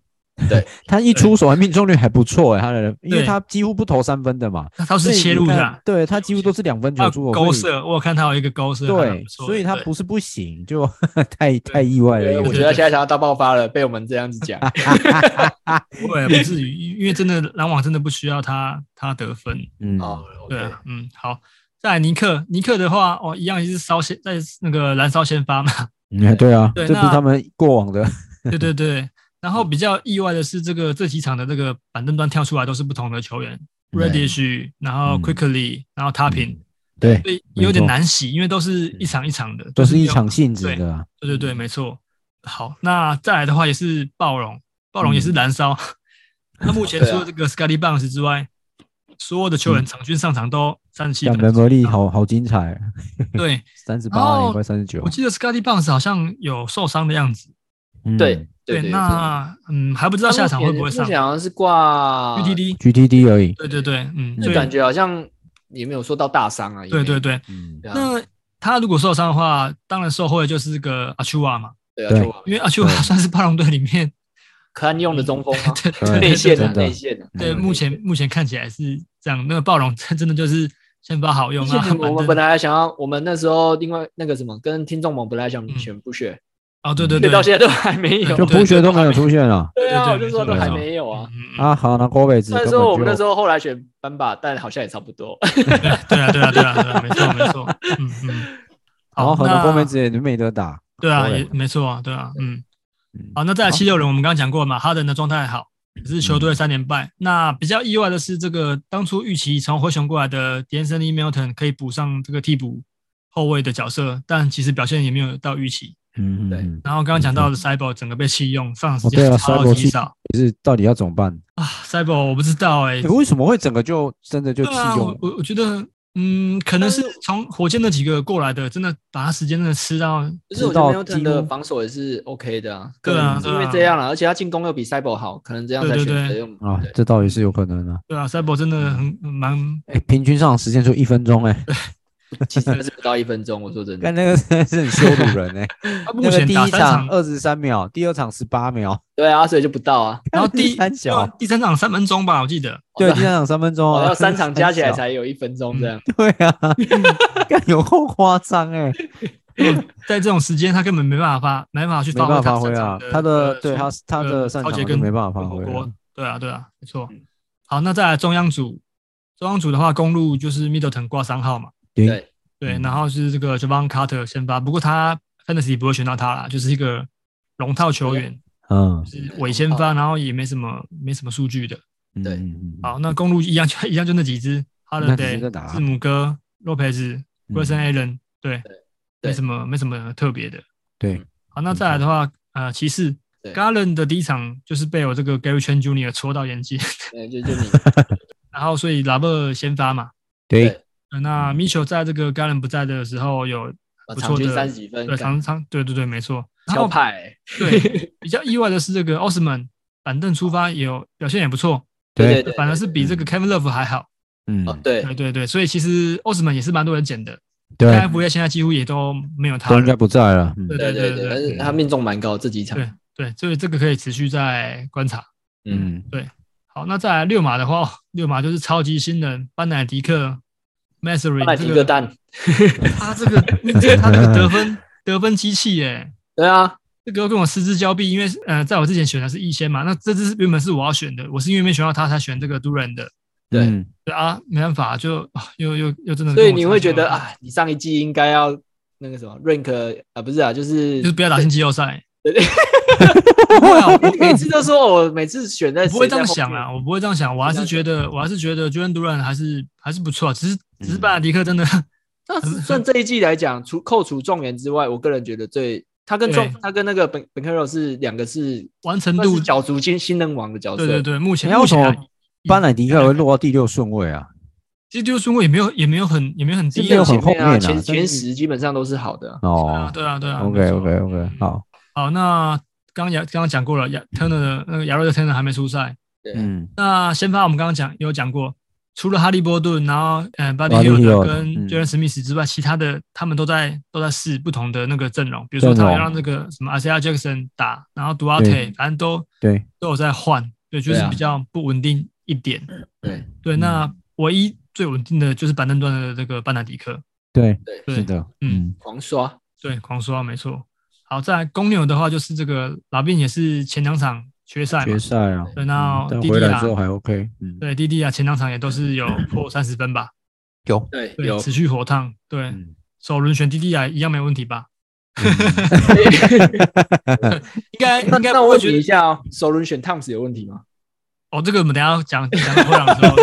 他一出手，命中率还不错哎，他的，因为对他几乎不投三分的嘛，他都是切入所以你的看啊，对他几乎都是两分他球有出手，勾所以射，我有看他有一个勾射，还蛮对不，错的所以他对不是不行，就 太太意外了对，有我点。觉得现在想要大爆发了，被我们这样子讲，不会不至于，因因为真的篮网真的不需要他他得分。嗯，哦，OK，对啊，嗯，好。再来尼克，尼克的话，哦，一样也是烧先在那个燃烧先 发嘛，嗯对啊，对这不是那他们过往的，对对嗯对。然后比较意外的是，这个这几场的这个板凳端跳出来都是不同的球员对，Redish，然后嗯 Quickly，、然后 Tapping，对，所以没有点错难洗，因为都是一场一场的，都就是一没有场。性质的啊，对对对，没错。好，那再来的话也是暴龙，暴龙也嗯是燃烧。 那目前对啊除了这个 Scotty Barnes 之外，所有的球员场均上场都三十七讲分嗯人格力好好精彩，啊对，三十然八后也快三十九哦我，记得 Scotty Barnes 好像有受伤的样子。嗯对对对，那嗯还不知道下场会不会上目前好像是挂 UTD。 ，GTD 而已，对对对，嗯，那所就以感觉好像也没有说到大伤啊。也没对对对，嗯，对啊，那他如果受伤的话，当然受惠的就是个阿丘瓦嘛，对啊，对就因为阿丘瓦 对算是暴龙队里面堪用的中锋啊，对 对 内线啊真，的嗯内线啊。对目前目前看起来是这样。那个暴龙真的就是先发好用其啊，实我反们正本来想要，我们那时候另外那个什么，跟听众们本来想选不选，哦对对对，对，到现在都还没有 就。对补血都没有出现了对啊，我就说对都对还对没有啊。嗯嗯嗯啊，好，那郭伟子虽然根说本我们那就时候后来选班霸，但好像也差不多。 对啊对啊对啊对啊，没错没错，嗯嗯，然 后好，很那多郭美子也没得打，对啊，对也没错啊，对啊，嗯嗯，好，那再来七六人，我们刚刚讲过嘛，哈登的状态好，可是球队三连败。那比较意外的是，这个当初预期从灰熊过来的 d a n s o n y Milton 可以补上这个替补后卫的角色，但其实表现也没有到预期。嗯，对嗯，然后刚刚讲到的 c y b e r 整个被弃用，上场时哦对间啊超 Cyborg 级弃少也是嗯到底要怎么办？啊 c y b e r 我不知道哎、欸为什么会整个就真的就弃对啊，我用？我我觉得。嗯，可能是从火箭那几个过来的，真的把他时间真的吃到，就是我知道觉得 Milton 几的乎防守也是 OK 的啊，对啊可能是因对为啊这样了、而且他进攻又比 c y b e 好，可能这样才对选对择对用。啊对，这倒也是有可能的。对啊 c y b e r 真的很很蛮哎，平均上场时间就一分钟，哎，其实真的是不到一分钟，我说真 的看。那个真的是很羞辱人哎。他 目那个前第打一三场二十三秒，第二场十八秒，对啊，所以就不到啊， 然后第三对小啊，第三场三分钟吧，我记得。对，第三场三分钟哦，啊，要三场加起来三才有一分钟这样。小 对啊，干有够夸张哎，在这种时间，他根本没办法发，没办法去没办法发发挥挥他擅啊长，他的对他呃他的擅超长杰就跟没办法发挥火了锅。对啊，对啊，没错嗯。好，那再来中央组，中央组的话，公路就是 Middleton 挂三号嘛，对，对，对，嗯然后是这个 Javon Carter 先发，不过他 Fantasy 不会选到他啦，就是一个龙套球员，嗯就是伪先发，然后也没什么没什么数据的。对嗯，嗯嗯好，那公路一样 就一样就那几只，哈勒那几只在德打啊字母哥、洛佩兹、嗯 Wilson Allen，对，对没什么没什么特别的。对，好，那再来的话，呃，骑士对 Garland 的第一场就是被我这个 Gary Chen Jr. 戳到眼睛， 对，就就你，然后所以拉布尔先发嘛。对对，呃嗯那 Mitchell 在这个 Garland 不在的时候有啊不场错均的三十几分，对干常常对对对，没错。然敲后派欸，对比较意外的是，这个奥斯曼板凳出发也有表现也不错，对对，反而是比这个 Kevin Love 还好。嗯哦，对对对对，所以其实奥斯曼也是蛮多人捡的，对但 FA 现在几乎也都没有他都应该了。不在了，嗯对对对对，对但对是他命中蛮高，这几场，对对，所以这个可以持续在观察。嗯，嗯好，那再来六马的话，哦六马就是超级新人班乃迪克 m a s s e r 麦 y 提个蛋，他啊这个你这他 这个得分得分机器耶，对啊，这个跟我失之交臂，因为呃，在我之前选的是易先嘛，那这支是原本是我要选的，我是因为没选到他才选这个都人的，对嗯对啊，没办法，就啊又又又真的，所以你会觉得，啊，你上一季应该要那个什么 rank 啊，不是啊，就是 就是不要打进季后赛，不会啊我每次都说我每次选在我不会谁这在样后想面啊，我不会这样想，我还是觉得我还是觉得 j o r d a n d u r a n 还是还是不错，只是只嗯是班乃迪克真的 那算这一季来讲，除扣除状元之外，我个人觉得最他跟状对他跟那个本本科罗是两个是完成算度是，角逐新新人王的角色，对对对，目前哎目为什前么还班乃迪克嗯会落到第六顺位啊？其实丢顺位也没有也没有很也没有很低是啊，没有很前后面面啊但啊，前是前十基本上都是好的啊，对啊哦对啊对啊没，OK 错 OK OK，好，好，那刚亚刚刚讲过了，亚 Turner 的那个亚瑞的 Turner 还没出赛。对啊，嗯，那先发我们刚刚讲有讲过，除了哈利波顿，然后嗯巴 u d Buddy y Hield， Hield 跟嗯 Jalen Smith 之外，其他的他们都在都在试不同的那个阵容，比如说他阵容们让那个什么 Isaiah Jackson 打，然后 d u a 对 t 反正都对，都有在换，对，就对是啊比较不稳定一点。对对，嗯那唯一最稳定的就是板凳端的这个班纳迪克，对，对，对是的，嗯嗯，狂刷，对，狂刷没错。好，再来公牛的话，就是这个老兵也是前两场缺赛嘛决，赛啊，对，那但弟回弟来啊之，后还 OK，嗯，对弟弟啊，前两场也都是有破三十分吧，有，对对，持续火烫，对，嗯首轮选弟弟啊，一样没问题吧？ 应该嗯 那应该那不会我问觉你一得下哦，首轮选 Towns 有问题吗？哦，这个我们等一下要讲讲到灰狼的时 候，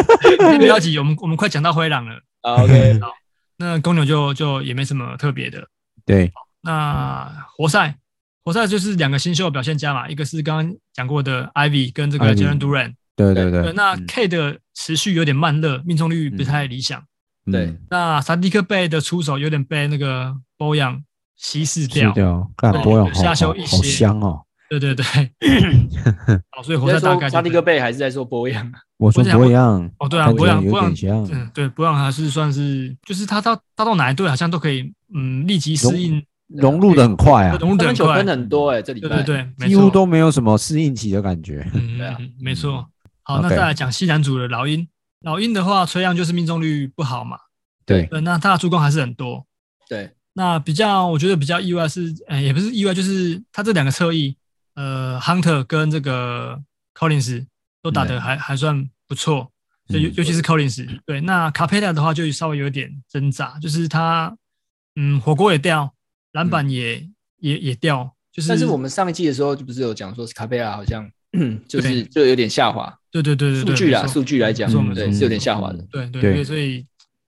哎先不要急，我们我们快讲到灰狼了。啊，OK， 那公牛就就也没什么特别的。对，那活塞，活塞就是两个新秀表现家嘛，一个是刚刚讲过的 Ivy 跟这个 Ivy Jalen Duran，对对对，对，那嗯 K 的持续有点慢热，命中率不太理想。对嗯那萨迪克贝的出手有点被那个波扬稀释是掉，的，干对波有扬好下修好一好些香哦，对对 对，好，所以你活在塞大说概就沙迪是戈贝还是在说博扬？我说我想博扬，哦，对啊，看博起来扬博有扬点，像，嗯，对，博扬还是算是，就是他到他到哪一队好像都可以，嗯，立即适应，融入的很快啊，融入他得们很九快分，很多哎，这礼对拜对对，没几乎错，都没有什么适应期的感觉，嗯，对啊嗯嗯没错。好，那 OK 再来讲西南组的老鹰，老鹰的话，崔样就是命中率不好嘛，对，对，那他的助攻还是很多。对那比较我觉得比较意外是，呃，也不是意外，就是他这两个侧翼，呃，Hunter 跟这个 Collins 都打得还、还算不错，所以尤嗯尤其是 Collins，对，那 Capella 的话就稍微有点挣扎，就是他，嗯，火锅也掉，篮板也、也也掉，就是嗯但是我们上一季的时候就不是有讲说，卡贝拉好像 就是对就有点下滑，对对对对数对，据啦，没错数据来讲没错没，错对，是有点下滑的嗯，对对对对，所以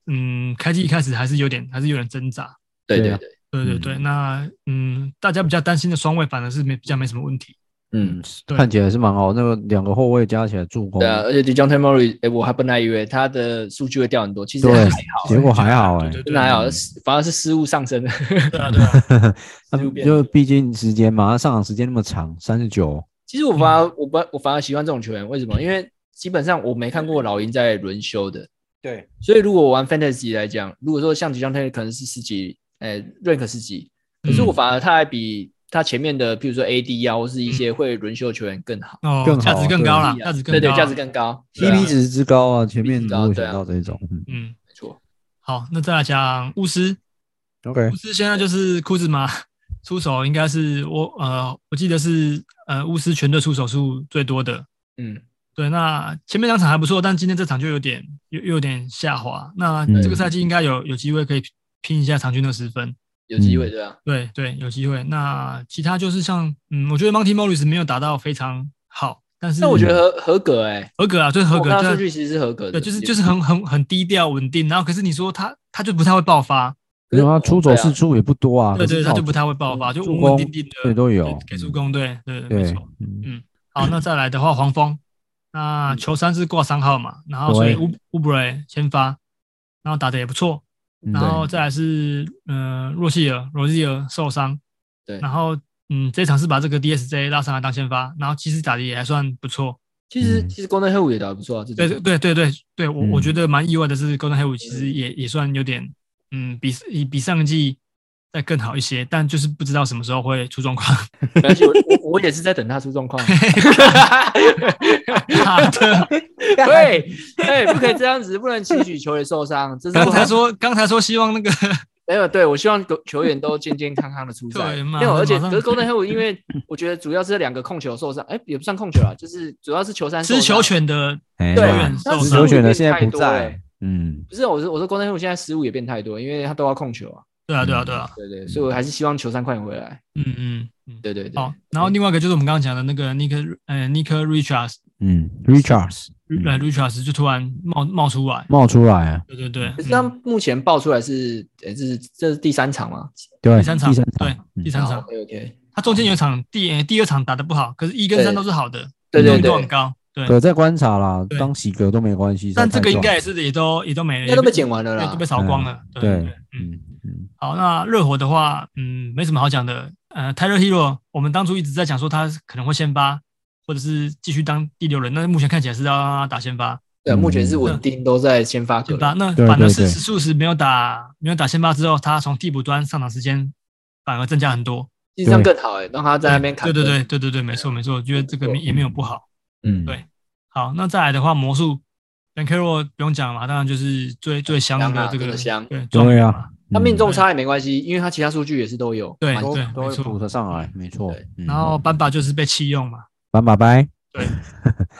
嗯，开机一开始还是有点还是有点挣扎，对对对啊对，对对对，嗯那嗯，大家比较担心的双位反而是没比较没什么问题。嗯，对看起来是蛮好，那个两个后卫加起来助攻对，啊，而且 d e j o n t e Murray，哎，我还本来以为他的数据会掉很多，其实还对好，结果还好对，哎对真对的还好嗯，反而是失误上升，对啊对啊，他路们边就毕竟时间嘛，他上场时间那么长，三十九，其实我反嗯而我不我反而喜欢这种球员，为什么？因为基本上我没看过老鹰在轮休的，对，所以如果我玩 Fantasy 来讲，如果说像吉江泰可能是十几，哎，rank 十几，可嗯是我反而他还比他前面的，譬如说 AD 啊，或是一些会轮休的球员更好，啊哦，更好价值更嗯高了，价值更高，对对，价值更高，T 对啊 B 值之高啊，前面值如高果对选啊到这种，嗯嗯，没错，好，那再来讲巫师， ，OK，巫师现在就是库兹马出手应该是我呃，我记得是呃巫师全队出手数最多的。嗯，对，那前面两场还不错，但今天这场就有点又又有点下滑。那嗯这个赛季应该有有机会可以拼一下场均的十分。有嗯机会对啊吧？对对，有机会。那其他就是像，嗯，我觉得 Monty Morris 没有打到非常好，但是但我觉得合合格哎、合格啊，就是合我格，看对他啊数据其实是合格的，对，就是就是很很很低调稳定。然后可是你说他他就不太会爆发，因为他出手对啊次数也不多啊，对可对，是他好就不太会爆发，就助稳稳攻定定的对都有嗯给助攻，对对没对错。，嗯好，那再来的话，黄蜂，那球三是挂三号嘛，然后所以对乌乌布雷先发，然后打的也不错，嗯然后再来是嗯若希尔罗希尔受伤，对然后嗯这一场是把这个 DSJ 拉上来当先发，然后其实打的也还算不错，其实嗯其实 Golden h i l 也打得不错啊，这对种对对对对对，我我嗯觉得蛮意外的是 g o l d e n h a 其实也也算有点嗯比比比上个季再更好一些，但就是不知道什么时候会出状况。没关系，我我我也是在等他出状况。啊 好的， 对，哎，不可以这样子，不能期许球员受伤， 这是刚不好才的。说刚才说希望那个没有，对我希望球员都健健康康的出赛。 对嘛没有，而且马上可是 Golden h i l 因为我觉得主要是这两个控球受伤，哎，也不算控球啊，就是主要是球衫受伤持球。权的哎对呀球员持受球权伤的现在太不多在了，嗯，不是，我是我说 Golden h i l 现在失误也变太多，因为他都要控球啊。对啊对啊对啊，对对，所以我还是希望球衫快点回来。嗯嗯嗯。对对对。好，然后另外一个就是我们刚刚讲的那个 Nick 呃 Nick Richards 嗯，Richards 嗯呃 Richards 就突然冒冒出来，冒出来啊，对对对，可是他嗯目前爆出来是，呃，这是这是第三场嘛？对，第三场第三对嗯第三场 OK OK。他中间有一场第呃第二场打的不好，可是一跟三对都是好的，对命对中率都很对，高，对。对，再观察啦对，当洗格都没关系。但再这看个应状该况也是也都也都没，应该都被剪完了哎对啦都被。扫光了。对对对，嗯。嗯嗯，好，那热火的话，嗯，没什么好讲的。呃，Tyler Hero，我们当初一直在讲说他可能会先发，或者是继续当第六人，但是目前看起来是要让他打先发。对，嗯目前是稳定都在先发先球。发，那对反而对是对史数十没有打没有打先发之后，他从替补端上场时间反而增加很多。其实这样更好哎、让他在那边砍。对对对对对对，没错没错，我觉得这个没错也没有不好。嗯对好，那再来的话，魔术 Ben Carroll 不用讲了嘛，当然就是最最香香的啊这真个的香对状对元啊嘛。，他命中嗯差也没关系，因为他其他数据也是都有。对蛮都对都没会错补得上来，没错对。嗯然后班巴就是被弃用嘛，板板掰，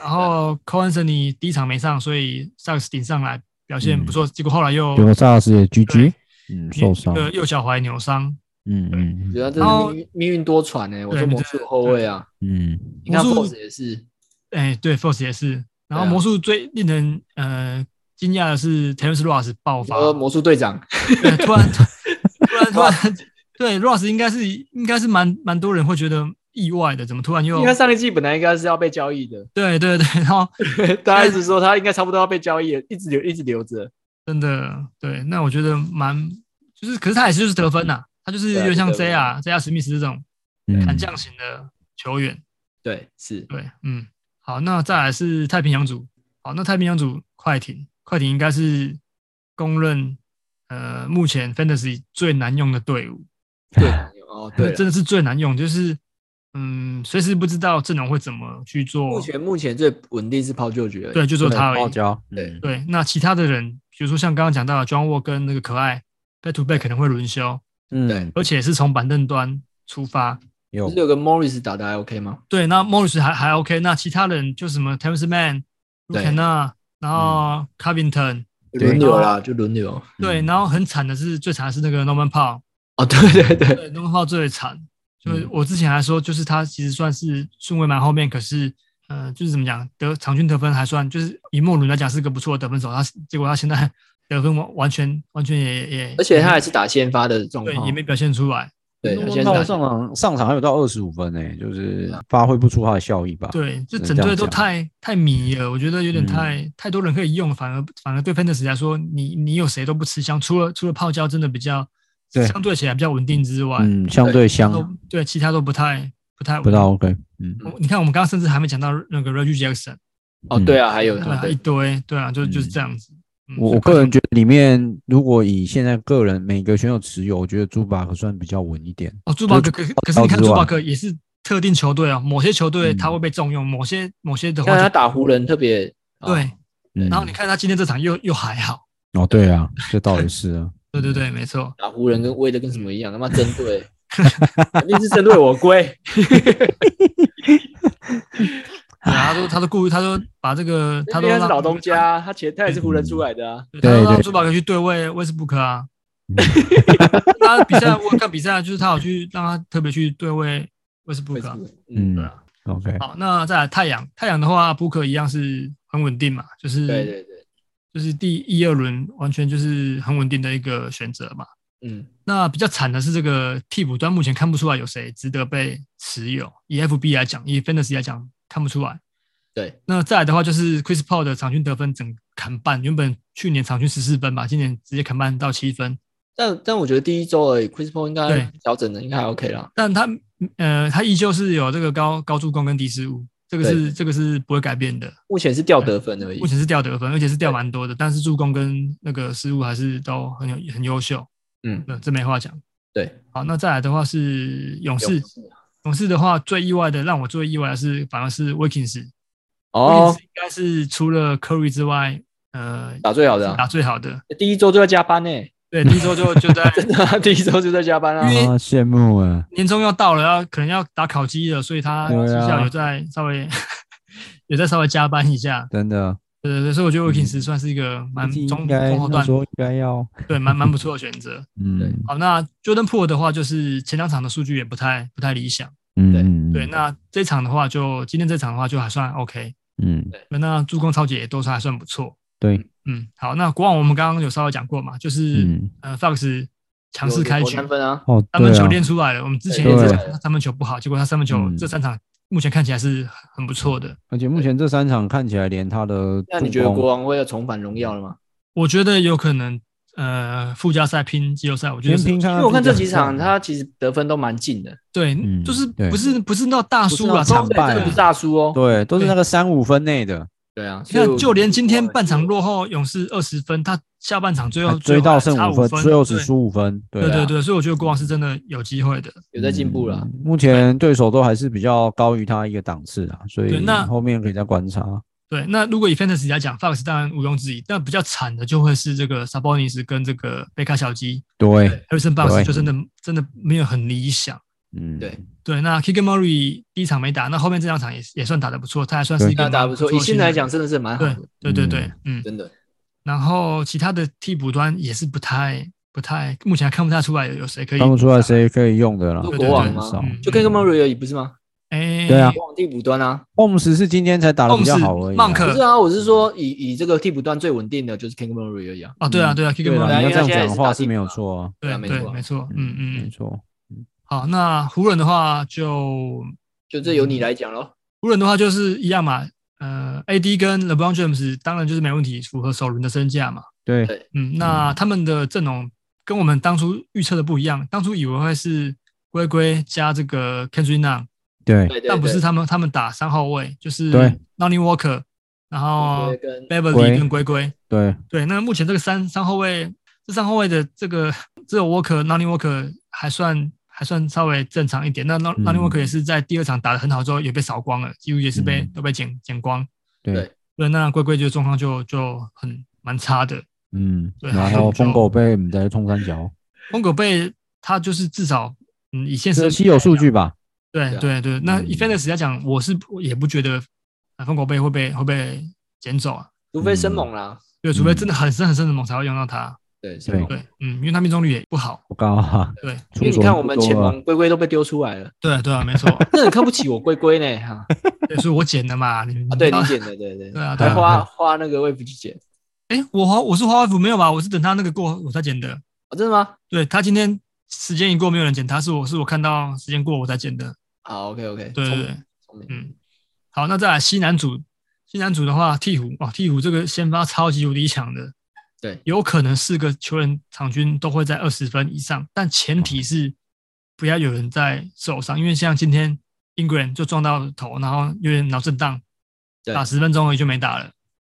然后 c o h n s o n 你第一场没上，所以 Sacks 顶上来表现嗯不错，结果后来又结果萨尔斯也 GG，嗯，受伤，哦呃嗯右脚踝扭伤。嗯嗯主要这然后是命命运多舛哎、我对说魔术后卫啊，嗯，你看魔术 Force 也是，哎，对 Force 也是。然后对啊魔术最令人呃惊讶的是 Terrence Ross 爆发，说魔术队长，对，突然突然突然，对 Ross 应该是应该是蛮蛮多人会觉得意外的，怎么突然又因为他上一季本来应该是要被交易的，对对对，然后大家一直说他应该差不多要被交易了，一直留一直留着。真的对，那我觉得蛮就是，可是他也是就是得分呐、他就是有点像对 J 啊 R J R 史密斯这种嗯砍将型的球员。对，是对，嗯，好，那再来是太平洋组。好，那太平洋组快艇，快艇应该是公认呃目前 Fantasy 最难用的队伍，对哦，对 真的了，是最难用，就是嗯，随时不知道阵容会怎么去目做。前目前最稳定是抛旧局而已。对，就只有他而傲已。娇，对嗯对，那其他的人，比如说像刚刚讲到的 John Wall 跟那个可爱 Back to Back 可能会轮休，嗯对，而且是从板凳端出发。有不是有个 Morris 打的还 OK 吗？对，那 Morris 还还 OK，那其他人就什么 Terrence Mann、卢对嗯肯纳，然后 Covington，对轮流啦，就轮流。对，嗯然后很惨的是，最惨的是那个 Norman Paul，哦，对对对，对，Norman Paul 最惨。就是嗯我之前还说，就是他其实算是顺位蛮后面，可是，呃，就是怎么讲，得场均得分还算，就是以莫伦来讲是个不错的得分手，他结果他现在 得分完完全完全也也，而且他还是打先发的状对况也，没表现出来，对，那他么现在到是打啊上场上场还有到二十五分呢，就是发挥不出他的效益吧？对，这只整能这样队都讲太太迷了，我觉得有点嗯太、太多人可以用，反而反而对 Fantasy 来说，你你有谁都不吃香，除了除了泡椒真的比较对相对起来比较稳定之外，嗯，相对香都啊对其他都不太不太不大 OK，嗯，我你看，我们刚刚甚至还没讲到那个 Reggie Jackson，哦，对啊，还有对他啊，一对堆，对啊，就嗯就是这样子。嗯所我以我个人觉得里面，如果以现在个人每个选手持有，我觉得朱巴克算比较稳一点。哦，朱巴克可可是到你看之朱巴外克也是特定球队啊，某些球队嗯他会被重用，某些某些的你话看就他啊打湖人特别哦对。嗯，然后你看他今天这场又又还好，哦，对啊，这倒也是 啊。对对对，没错。打湖人跟威的跟什么一样，他妈针 对，肯定是针对我龟。对啊，他说他都故意，他说把这个他因都为他是让老东，家，他前他也是湖人出来的啊。对他都对让对嗯朱巴克去对位威斯布克啊。 他比赛我看比赛就是他有去让他特别去对位威斯布会克出啊，来嗯，嗯， OK，好，那再来太阳，太阳的话，布克一样是很稳定嘛，就是嗯对对对，就是第一二轮完全就是很稳定的一个选择嘛。嗯，那比较惨的是这个替补端，目前看不出来有谁值得被持有。以 FB 来讲，以 Fantasy 来讲，看不出来。对，那再来的话，就是 Chris Paul 的场均得分整砍半，原本去年场均十四分吧，今年直接砍半到七分。但但我觉得第一周而已，Chris Paul 应该对调整的应该还 OK 啦。但他呃，他依旧是有这个高高助攻跟低失误，这个是这个是不会改变的。目前是掉得分而已目。前是掉得分，而且是掉蛮多的，但是助攻跟那个失误还是都很有很优秀，嗯，那这没话讲。对，好，那再来的话是勇士勇，士勇士的话最意外的，让我最意外的是反而是 Wilkins，Wilkins、哦，应该是除了 Curry 之外，呃，打最好的啊打最好的。第一周就在加班呢、 对，第一周就就在真的啊、第一周就在加班啊因。为啊，羡慕啊！年终要到了，要可能要打烤鸡了，所以他对啊绩效有在稍微、 有在稍微加班一下。真的，对对对，所以我觉得 Wilkins 算是一个蛮毕竟中嗯应该中后那段时，候应该要，对，蛮蛮不错的选择。对嗯好，那 Jordan p o o 的话，就是前两场的数据也不太不太理想。对嗯，对，那这场的话就，今天这场的话就还算 OK。嗯那助攻超级也都是还算不错。对，嗯，好，那国王我们刚刚有稍微讲过嘛，就是、嗯呃 Fox 强势开有局，三分啊，哦，三分球对练啊，出来了。我们之前对也在对讲他三分球不好，结果他三分球嗯这三场目前看起来是很不错的。而且目前这三场看起来连他的那你助觉得攻国王会要重返荣耀了吗？我觉得有可能呃附加赛拼季后赛，我觉得全是凭看因他为我看自这己几的状场态，他其实得分都蛮近的，对，嗯就是对不是不是那大不是叔那啦，种超惨败这对啊不是大叔哦。对，都是那个三五分内的，对啊，你看，就连今天半场弱，落后，勇士二十分，他下半场最还后追到最后还剩差五五分，分，最后只输五分，对对。对啊对对，所以我觉得国王是真的有机会的。有在进步了嗯。目前对手都还是比较高于他一个档次啊，所对以那后面可以再观察。对，那如果以 fantasy 来讲，Fox 当然毋庸置疑，但比较惨的就会是这个 Sabonis 跟这个贝卡小鸡对， Harrison Barnes 对就真的真的没有很理想。嗯，对，对，那 Keegan Murray 第一场没打，那后面这两场也也算打得不错，他还算是一个那打得蛮不不错，错的以现在来讲新真的是蛮好人，的，对对对对，嗯，真的。然后其他的替补端也是不太不太，目前还看不太出来有有谁可以看不出来谁可以用的啦，对对对很对少。嗯就跟个 Murray 而已，不是吗？哎，对啊国王替补端啊， Homes 是今天才打的比较好而已啊。 Holmes，Monk 不是啊，我是说以以这个替补端最稳定的就是 King Murray 而已啊。啊，对啊，对啊，Keegan 对 Murray 啦，你要因为这他样现在讲的话是打是替没补有嘛错啊，对啊没对，错啊没错，嗯嗯嗯没嗯。错。好，那湖人的话就就这由你来讲咯。湖人的话就是一样嘛，呃，AD 跟 LeBron James 当然就是没问题，符合首轮的身价嘛。对，对嗯，那他们的阵容跟我们当初预测的不一样，当初以为会是龟龟加这个 Kendrick Nunn，对，对对，但不是对他们，他们打三号位就是对 n o n n y Walker，然后对跟 Beverly 龟跟龟龟。对，对，那目前这个三三后卫，这三后卫的这个只有 Walker、n o n y Walker 还算还算稍微正常一点。那 n o 嗯 n n y Walker 也是在第二场打得很好之后也被扫光了，几乎也是被、嗯都被剪剪光。对对对，那龟龟就状况就就很蛮差的。嗯，对然还有 后就疯狗被我们在冲三角，疯狗贝他就是至少嗯以现这实期有数据吧？对对啊对对，那嗯 e f a n d e s 来讲，我是我也不觉得呃疯狗贝会被会被捡走啊。除非生猛啦，对，除非嗯真的很深很深的猛才会用到他。对生猛。对，嗯，因为他命中率也不好。不高啊，对，因为你看我们前啊盟龟龟都被丢出来了，对对啊，没错。真的很看不起我龟龟呢哈。对，所以我捡的嘛。你啊，对你你捡的，对对 对啊对啊还花花那个位置去捡，哎，我花我是花外服没有吧？我是等他那个过后我才捡的。啊，真的吗？对他今天时间一过，没有人捡他，是我是我看到时间过我才捡的。好，OK OK，对对对，聪明，嗯，好，那再来西南组，西南组的话，鹈鹕哦，鹈鹕这个先发超级无敌强的，对，有可能四个球员场均都会在二十分以上，但前提是不要有人在受伤，因为像今天 Ingram 就撞到头，然后有点脑震荡，对打十分钟而已就没打了。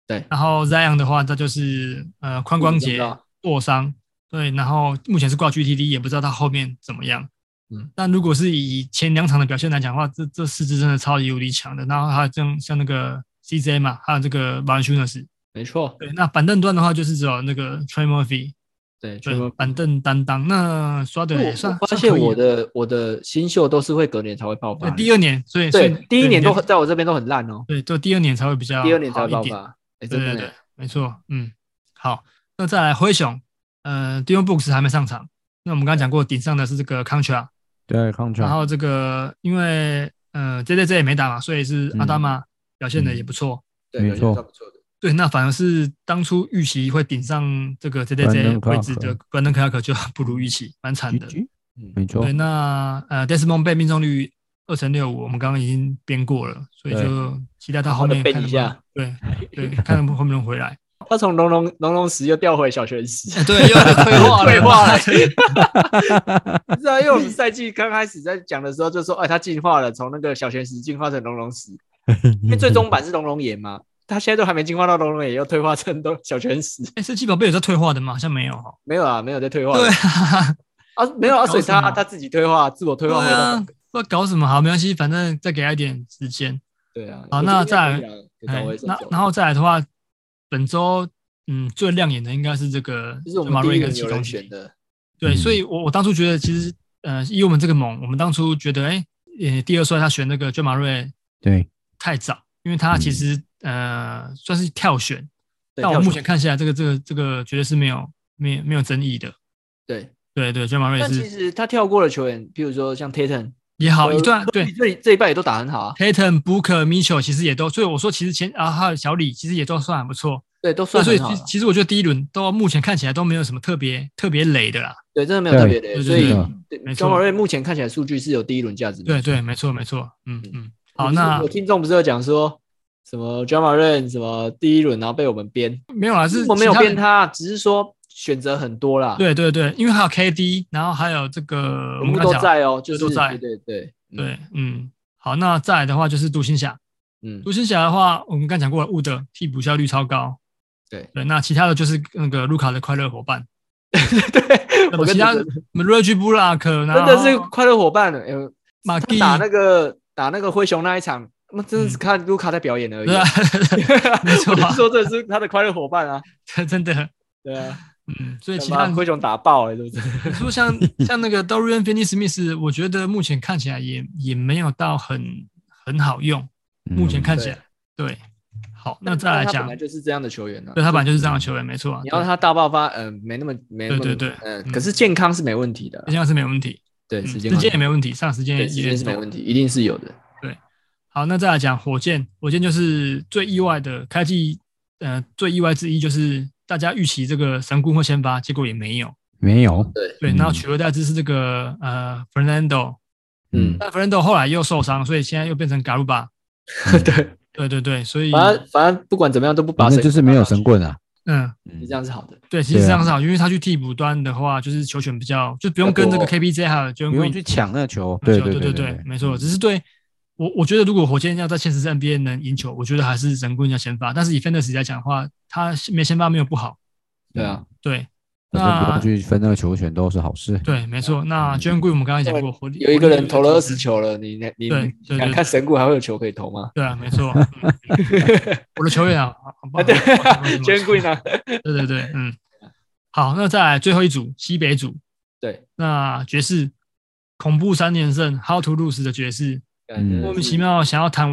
对然后 Zion 的话，他就是呃髋关节我知道挫伤，对，然后目前是挂 GTD，也不知道他后面怎么样。嗯，但如果是以前两场的表现来讲的话，这这四支真的超级无敌强的。然后还有像像那个 CJ 嘛，还有这个 b a r n s h u n e s 没错，对，那板凳端的话就是只有那个 Trey Murphy，对，全对，部。板凳担当。那刷的也我算我发算可以现啊我的我的新秀都是会隔年才会爆发对的，第二年，所以所对以第一年都对很在我这边都很烂哦，对，就第二年才会比较第二年才好会一爆点。发，哎，对真的对对呢，，没错，嗯，好，那再来灰熊，呃，Dion Books 还没上场，那我们刚刚讲过，顶上的是这个 Contra，对，抗然传，后这个因为呃 J J J 也没打嘛，所以是阿达玛表现的也不错。对，没感觉错上不错的。对，那反而是当初预期会顶上这个 J J J Brandon Clark 位置的 Brandon Clark 就不如预期，蛮惨的。 GG 嗯没错对，，那呃 Desmond 被命中率二乘六五，我们刚刚已经编过了，所以对就期待他好后好地面背看一能不能下，对对，看能不能后面能回来。他从龙龙龙龙石又调回小学石， 对，又退化了退化了。 是啊，因为我们赛季刚开始在讲的时候就说，哎，他进化了，从那个小玄石进化成龙龙石，因为最终版是龙龙岩嘛，他现在都还没进化到龙龙岩，又退化成龙小玄石， 哎，神奇宝贝有在退化的吗？好像没有哦哈。 没有啊，没有在退化了，对啊，啊，没有啊，所以搞什么他他自己退化，自我退对化回到啊，不知道搞什么好，没关系，反正再给他一点时间。对啊，好我觉那得再来可以啊可以哎找回，那射手然后再来的话，本周嗯最亮眼的应该是这个就是我马们瑞第一跟轮其有中人之一选的，对，嗯所以我我当初觉得其实呃，以我们这个猛，我们当初觉得哎，呃第二帅他选那个卷马瑞对，太早，因为他其实呃算是跳选，对但我跳目选前看下来，这个这个这个绝对是没有没有没有争议的。对，对对，卷马瑞但其是实他跳过的球员，比如说像 Tatum，也好呃一段科对比。这这一半也都打很好啊， Tatum、Booker、Mitchell 其实也都，所以我说其实前啊还有小李其实也都算还不错，对，都对算所以很其好啊实，其实我觉得第一轮都目前看起来都没有什么特别特别雷的啦。对，真的没有特别对的，所以对对没错张宝瑞目前看起来数据是有第一轮价值的，对对，没错没错，嗯嗯，好，不是那我听众不是有讲说什么 j a m a r e n 什么第一轮，然后被我们编，没有啦，是我没有其他编他，只是说选择很多啦，，对对对，因为还有 KD，然后还有这个我嗯全们部刚都讲，在哦，就是都在对对对，嗯，对，嗯，好，那再来的话就是独行侠，嗯独行侠的话，我们刚讲过了，伍德替补效率超高，对对，那其他的就是那个卢卡的快乐伙伴，对，那 我么跟其他真什么 Reggie Bullock，然的是后快乐伙伴，哎呦，啊马他蒂打那个打那个灰熊那一场，那真的是看卢卡在表演而已 嗯对，啊， 没错我就啊，说这是他的快乐伙伴啊，真的，对啊，嗯，所以其把他灰熊打爆了，是不是？你说 像像那个 Dorian Finney Smith，我觉得目前看起来也 也没有到很很好用，目前嗯看起来对。好， 那再来他讲本来，就是这样的球员啊，对他本来就是这样的球员，没错啊。你要他大爆发，嗯，没那么没那么，对对对嗯嗯，可是健康是没问题的啊时，间是没问题，对，嗯时时间嘛间也没问题，上时间也对，时间是没题。问题，一定是有的。好，那再来讲火箭，火箭就是最意外的开季，呃，最意外之一就是大家预期这个神棍会先发，结果也没有。没有，对，嗯然后取而代之是这个呃 Fernando，嗯嗯，但 Fernando 后来又受伤，所以现在又变成 Garuba。对，对对对，所以反正反正不管怎么样都不嗯把反正谁就是没有神棍啊，嗯，嗯这样是好的。对，其实对啊这样是好，因为他去替补端的话，就是球权比较，就不用跟这个比较 KPJ 还有 j o 不 h 用去抢那球，对对对对对对，，嗯没错。只是对我，我觉得如果火箭要在现实战 NBA 能赢球，我觉得还是神棍要先发。但是以 Fantasy 来讲的话，他没先发没有不好。对啊，对反正不那用去分那个球权都是好事，对，没错。那 j o h n 我们刚刚讲过，火力有一个人投了二，火十力球了，你你你对对对敢看神谷还会有球可以投吗？对啊，没错。嗯我的球员啊，好不好？对不好意思，神谷呢？对对对，嗯。好，那再来最后一组西北组，对，那爵士恐怖三连胜，How to lose 的爵士，感觉嗯莫名其妙想要谈，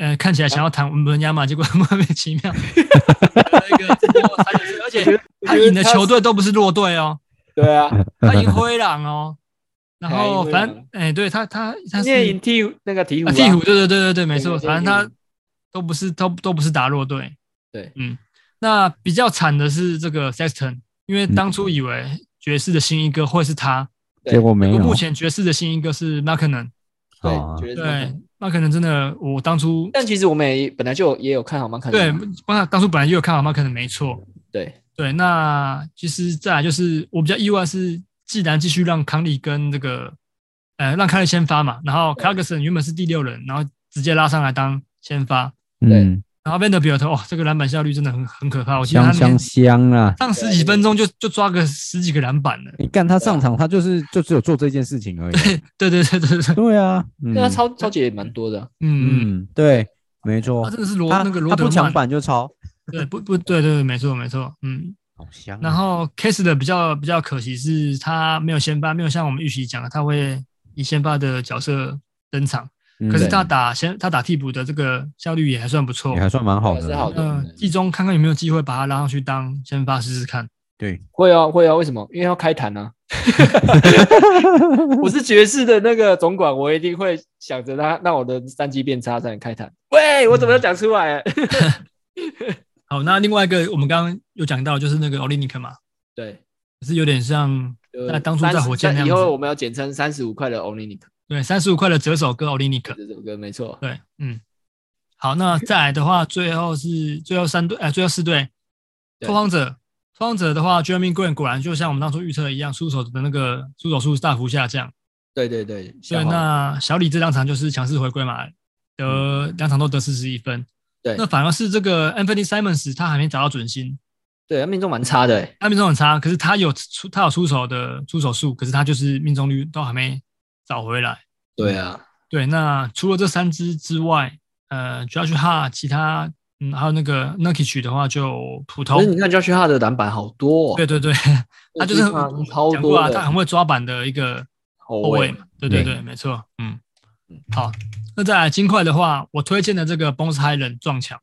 呃，看起来想要谈文本亚马，结果 莫名其妙得一个这么惨的事而且他赢的球队都不是弱队哦，对啊， 他赢灰狼哦，然后哎反灰正哎、对他他 他你是也赢替那个鹈鹕啊啊，鹈鹕，对对对对对，没对错，有些反正他鹈鹕都不是都都不是打弱队，对，嗯，那比较惨的是这个 Sexton，因嗯为当初以为爵士的新一哥会是他，对结果没不有，过目前爵士的新一哥是 m a c k i n o n 对啊，觉得是这哦对样。 m a c k i n o n 真的，我当初但其实我们也本来就也有看好吗？看对，当然当初本来也有看好 m a c k i n o n 没错，对对，那其实再来就是我比较意外是，既然继续让康利跟这个，呃，让康利先发嘛，然后 Clarkson 原本是第六人，然后直接拉上来当先发，嗯，然后 Vanderbilt 哦，这个篮板效率真的很很可怕，我记得他香那天香香啊！上十几分钟就就抓个十几个篮板了，你看他上场，他就是就只有做这件事情而已啊。对对对对对，对啊，嗯对啊，超超级也蛮多的啊，嗯嗯，嗯，对，没错他，真的是罗他那啊个罗他德不抢曼，板就超，对不不对对对，没错没错，嗯，好香啊。然后 Case 的比较比较可惜是他没有先发，没有像我们预期讲的他会以先发的角色登场。嗯，可是他对打先他打替补的这个效率也还算不错呃也。还算蛮好哦还是的，好的嗯，季中看看有没有机会把他拉上去当先发试试看。对，会啊，会啊，为什么？因为要开坛 啊。 我是爵士的那个总管，我一定会想着他让我的战绩变差才能开坛。喂，我嗯怎么又讲出来啊了？好，那另外一个我们刚刚有讲到，就是那个奥利尼克嘛， 对，是有点像那当初在火箭那样以子后我们要简称三十五块的 Only Nick 对三十五块的折手跟奥利尼克。这首歌，没错。对，嗯，好，那再来的话，最后是最后三队，呃，最后四队，对拓荒者，拓荒者的话，Jeremy Green 果然就像我们当初预测的一样，出手的那个出手数大幅下降。对对对，对，小黄那小李这两场就是强势回归嘛，得两场都得四十一分。嗯对那反而是这个 Anthony Simons 他还没找到准心，对他命中蛮差的欸，他命中很差，可是他有出他有出手的出手数，可是他就是命中率都还没找回来。对啊，对，那除了这三支之外，呃，Josh Ha 其他嗯还有那个 Nurkic 的话就普可通是。你看 Josh h 的篮板好多哦，嗯对对 对，他就是我记得超讲过多啊，的他很会抓板的一个后后卫卫嘛，对对对对，没错，嗯，好，那再来金块的话，我推荐的这个 Bones Highland 撞墙，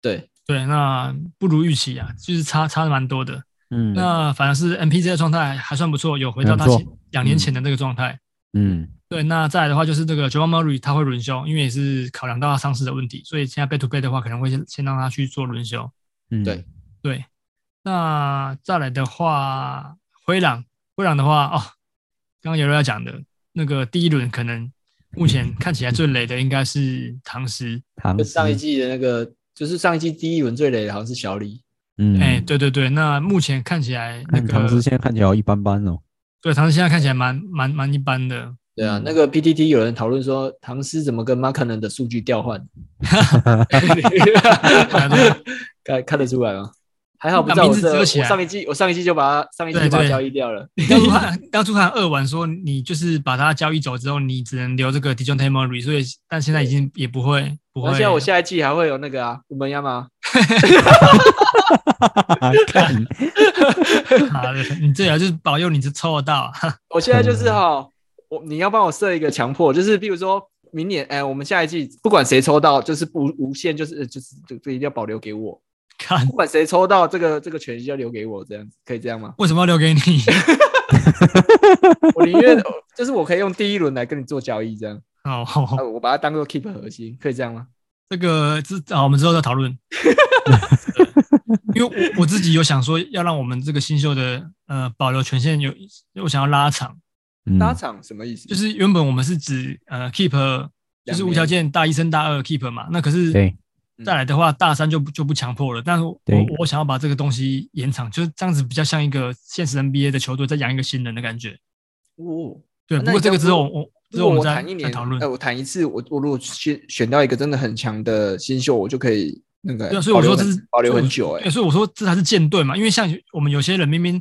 对对，那不如预期啊，就是差差的蛮多的。嗯那反而是 MPJ 的状态还算不错，有回到他没错前两年前的那个状态。嗯对，那再来的话就是这个 j o a n Murray 他会轮休，因为也是考量到他伤势的问题，所以现在 back to back 的话，可能会先先让他去做轮休。嗯，对，对，那再来的话，灰狼，灰狼的话，哦，刚刚有人要讲的那个第一轮，可能目前看起来最雷的应该是唐诗，唐就上一诗季的那个，就是上一季第一轮最累的好像是小李，嗯，哎、对对对，那目前看起来那看唐诗个现在看起来好一般般哦，对唐诗现在看起来蛮蛮蛮一般 的，对啊，那个 PTT 有人讨论说唐诗怎么跟 m 克 k 的数据 调换，啊看看得出来吗？还好不在把我名字这，遮我起来上一季我上一季就把它上一季对就把它对交易掉了，当 初看当初看二晚说你就是把他交易走之后，你只能留这个 Dijon t a m o r y 所以但现在已经也不会不然会后现在我下一季还会有那个啊，我们亚马， 看卡了，你最好就是保佑你是抽得到，啊我现嗯在就是哈，我你要帮我设一个强迫，就是比如说明年，哎，我们下一季不管谁抽到，就是不无限，就是就是这这一定要保留给我， 看？不管谁抽到这个这个权益要留给我，这样子可以这样吗为什么要留给你？ 我宁愿就是我可以用第一轮来跟你做交易，这样，哦，啊我把它当做 keep 核心，可以这样吗？这个之啊，我们之后再讨 论。因为我我自己有想说，要让我们这个新秀的呃保留权限有，我想要拉长，嗯搭场什么意思？就是原本我们是指呃 keep，就是无条件大一升大二 keep 嘛，那可是对，嗯再来的话大三就不就不强迫了。但是我对我想要把这个东西延长，就是这样子比较像一个现实 NBA 的球队在养一个新人的感觉。哦，对，那不过你这个这样之后如我之如后果我们我再谈一再年，讨论哎，。我谈一次，我我如果选选到一个真的很强的新秀，我就可以那个对啊，所以我保留说这很是保留很久，对哎，所以我说这才是舰队嘛，因为像我们有些人明明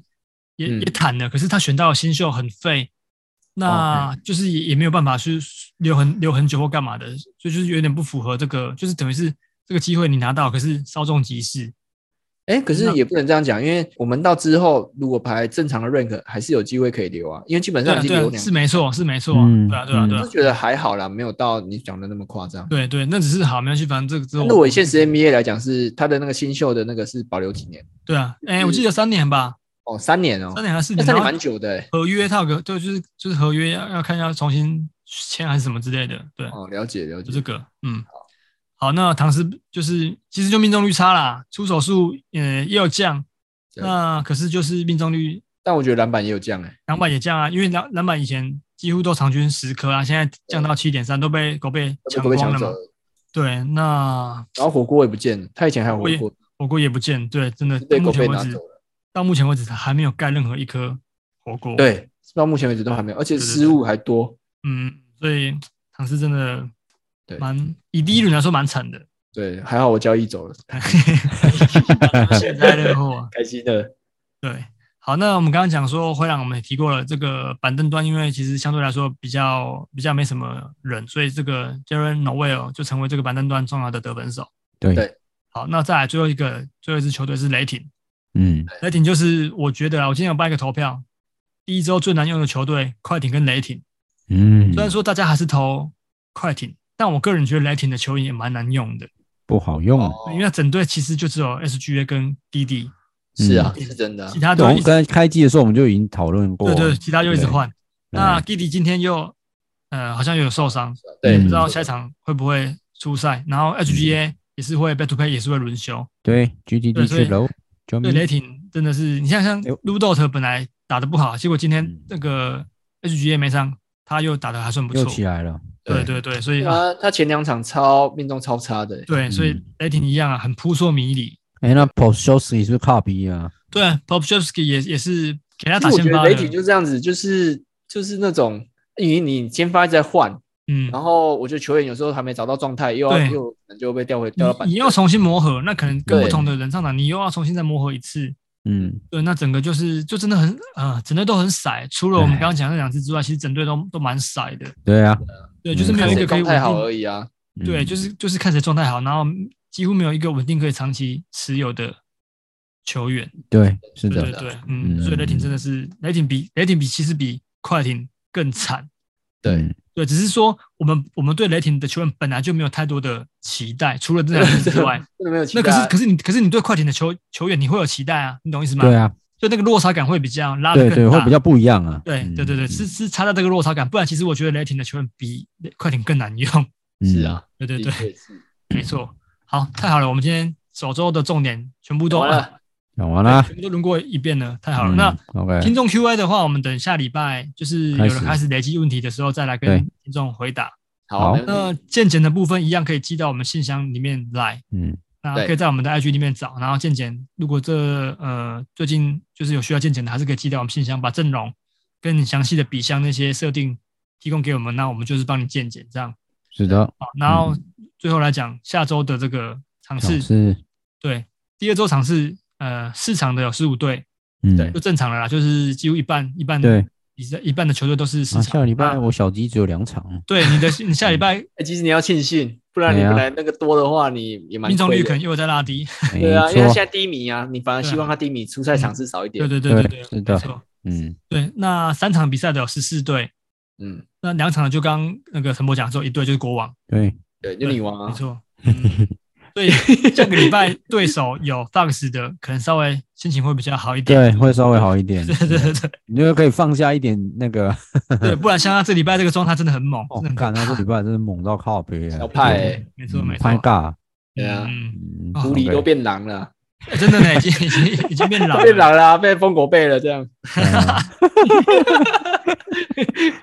也、嗯也谈了，可是他选到的新秀很废，哦那嗯就是也也没有办法去留很留很久或干嘛的，所以就是有点不符合这个，就是等于是这个机会你拿到，可是稍纵即逝。哎，可是也不能这样讲，因为我们到之后如果排正常的 rank，还是有机会可以留啊，因为基本对啊，上已经对留啊，两是，没错，是没错啊、嗯对啊，对啊，对我啊是，觉得还好啦，没有到你讲的那么夸张。对对，那只是好，没关系，反正这个之后那我以现实 NBA 来讲，是他的那个新秀的那个是保留几年？对啊，哎，我记得三年吧，哦，三年嗯哦，三年还是四那年，三年然后蛮久的哎。合约他有个对，就是就是合约要要看要重新签还是什么之类的，对。哦，了解了就解这。个，嗯，好，那唐诗就是其实就命中率差啦，出手数呃也有降，对那可是就是命中率但我觉得篮板也有降哎，篮板也降啊，因为篮篮板以前几乎都场均十颗啊，现在降到七点三，都被狗贝抢都被光抢了走嘛了。。对，那然后火锅也不见了，他以前还有火火锅也锅，火锅也不见，对，真的是到被目狗前贝为拿止走，了。到目前为止他还没有盖任何一颗火锅。，对，到目前为止都还没有，而且对对失误还多。嗯，所以唐诗真的对蛮以第一轮来说蛮惨的，对，还好我交易 走了，幸灾乐祸啊。 开心的。对，好，那我们刚刚讲说灰狼，我们也提过了，这个板凳端因为其实相对来说比较比较没什么人，所以这个 Jaren Noel 就成为这个板凳端重要的得分手。对对，好，那再来最后一个最后一支球队是雷霆，嗯雷霆就是我觉得啊，我今天有办一个投票，第一周最难用的球队快艇跟雷霆，嗯，虽然说大家还是投快艇，但我个人觉得雷霆的球员也蛮难用的，哦哦不好用，嗯因为整队其实就只有 SGA 跟 DD，是啊，嗯是真的啊其。他对，我都一们直在开机的时候我们就已经讨论过对了，对，其他就一直对换。嗯那弟弟今天又呃好像有受伤，对，不嗯知道下一场会不会出赛。然后 HGA 也是会 back to back 也是会轮休。对对 GTD 所以去楼，对 Johnny 雷霆真的是，你像像哎呦 l u d o t 本来打得不好，结果今天嗯那个 HGA 没上，他又打得还算不又错。起来了，对对对，所以啊，他他前两场超命中超差的欸，对，所嗯以雷霆一样啊，很扑朔迷离。哎，那 p o s h o s k i 是不是靠逼啊？对 p o p s h e v s k y 也也是给他其打实我先觉发的得雷霆就是这样子，就是就是那种你你先发一直在换，嗯，然后我觉得球员有时候还没找到状态，又要对又可能就被调回调到板你凳。你要重新磨合，那可能跟对不同的人上场，你又要重新再磨合一次。嗯，对，那整个就是就真的很呃，整队都很散。除了我们哎刚刚讲的那两支之外，其实整队都都蛮散的。对啊，对，就是没有嗯看一谁个可以状稳态好定。而已啊。嗯对，就是就是看谁状态好，然后几乎没有一个稳定可以长期持有的球员。对，是对对的，啊对，嗯，嗯所以雷霆真的是雷霆比雷霆比其实比快艇更惨。对嗯，对，只是说我们我们对雷霆的球员本来就没有太多的期待，除了这两支之啊外，真的没有期那待。可是可是你可是你对快艇的球球员你会有期待啊，你懂意思吗？对，啊，就那个落差感会比较拉的对更大，对，会比较不一样啊，对嗯对对对，是，是差在这个落差感，不然其实我觉得雷霆的球员比快艇更难用。嗯是，啊，对对的对，确是没错。好，太好了，我们今天首周的重点全部都啊完了，讲完啦，全部都轮过一遍了，太好了。嗯那 OK，听众 Q&A 的话，我们等下礼拜就是有开始人开始累积问题的时候，再来对跟听众回答。好，好没问那题健检的部分一样可以寄到我们信箱里面来，嗯，那对可以在我们的 IG 里面找。然后健检，如果这呃最近就是有需要健检的，还是可以寄到我们信箱，把阵容跟你详细的比箱那些设定提供给我们，那我们就是帮你健检这样。是的，好，然后最后来讲下周的这个尝试，是是，对，第二周尝试，呃，市场的有十五队，嗯，对就正常了啦，就是几乎一半一半对，比赛一半的球队都是嗯市啊场。下礼拜那我小鸡只有两场，对你的你下礼拜哎其实你要庆幸，不然你对啊本来那个多的话，你也蛮命中率亏可能的。又在拉低。没对啊，因为他错现在低迷啊，你反而希望他低迷出赛场次少一嗯点对。对对对对对，是的没错。嗯，对，那三场比赛的有十四队，嗯，那两场就刚那个陈博讲说一队就是国王，对，对，就你王没啊，错。嗯所以下个礼拜对手有 Fox 的，可能稍微心情会比较好一点。对，会稍微好一 点，对对对对你就可以放下一点那 个，对，不然像他这礼拜这个状态真的很猛，哦真，的很看他可这怕礼拜真是猛到靠背啊，小派欸，没错没错嗯哦拍，尬，对啊，嗯，嗯啊狐狸 OK 都变 狼了，欸真的呢，已经已经已经变老都 变了。狼了啊，被疯狗背了这样。 嗯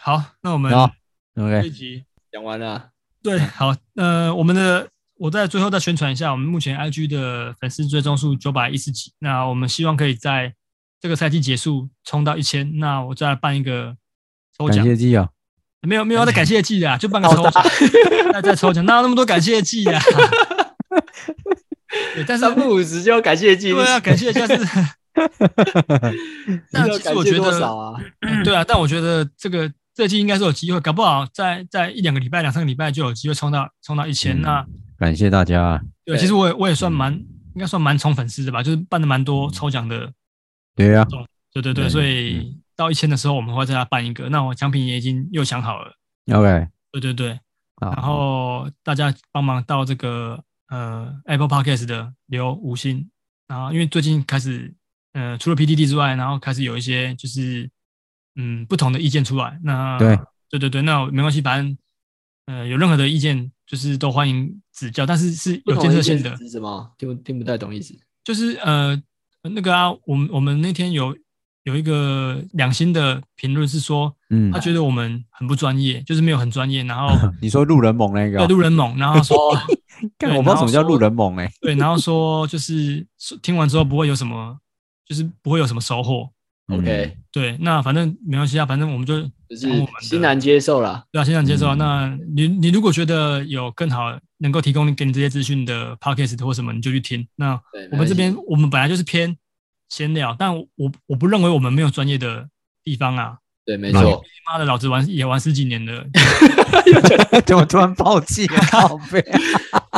好，那我们好这，OK，一集讲完了，对，好，呃，我们的我在最后再宣传一下，我们目前 IG 的粉丝追踪数九百一十几，那我们希望可以在这个赛季结束冲到一千，那我再办一个抽感奖，谢季啊，没有没有要再感谢季的啊，就办个抽奖，再再抽奖，哪有那么多感谢季啊？ 对，但是啊三不五时就要感谢季，对啊，感谢一下 是。你但要其实感我谢觉多得少啊？嗯对啊，但我觉得这个这季应该是有机会，搞不好在在一两个礼拜、两三个礼拜就有机会冲到冲到一千、嗯那感谢大家啊，对，对嗯其实我也我也算蛮应该算蛮宠粉丝的吧，就是办的蛮多抽奖的，对啊呀，对对对，对所以嗯到一千的时候我们会再来办一个。那我奖品也已经又想好了， OK，对对对，好然后大家帮忙到这个呃 Apple Podcast 的留五星，然后因为最近开始呃除了 PDD 之外，然后开始有一些就是嗯不同的意见出来，那对对对对，那没关系，反正呃有任何的意见就是都欢迎指教，但是是有建设性的不同意见，是什么？听不听不太懂意思。就是呃那个啊，我们我们那天有有一个两星的评论是说，嗯他，觉得我们很不专业，就是没有很专业，然 后你说路人猛那个对啊，路人猛，然后说干对我不知道什么叫然后说路人猛哎， 对，然后说就是说听完之后不会有什么，就是不会有什么收获。嗯 OK，对，那反正没关系啊，反正我们就就是当我们的欣然接受了。对啊，现场接受啊。嗯那你你如果觉得有更好能够提供给你这些资讯的 podcast 或什么，你就去听。那对，我们这边没关系我们本来就是偏闲聊，但我我不认为我们没有专业的地方啊。对，没错，妈的，老子玩也玩十几年了， 怎么突然暴 气啊？靠背，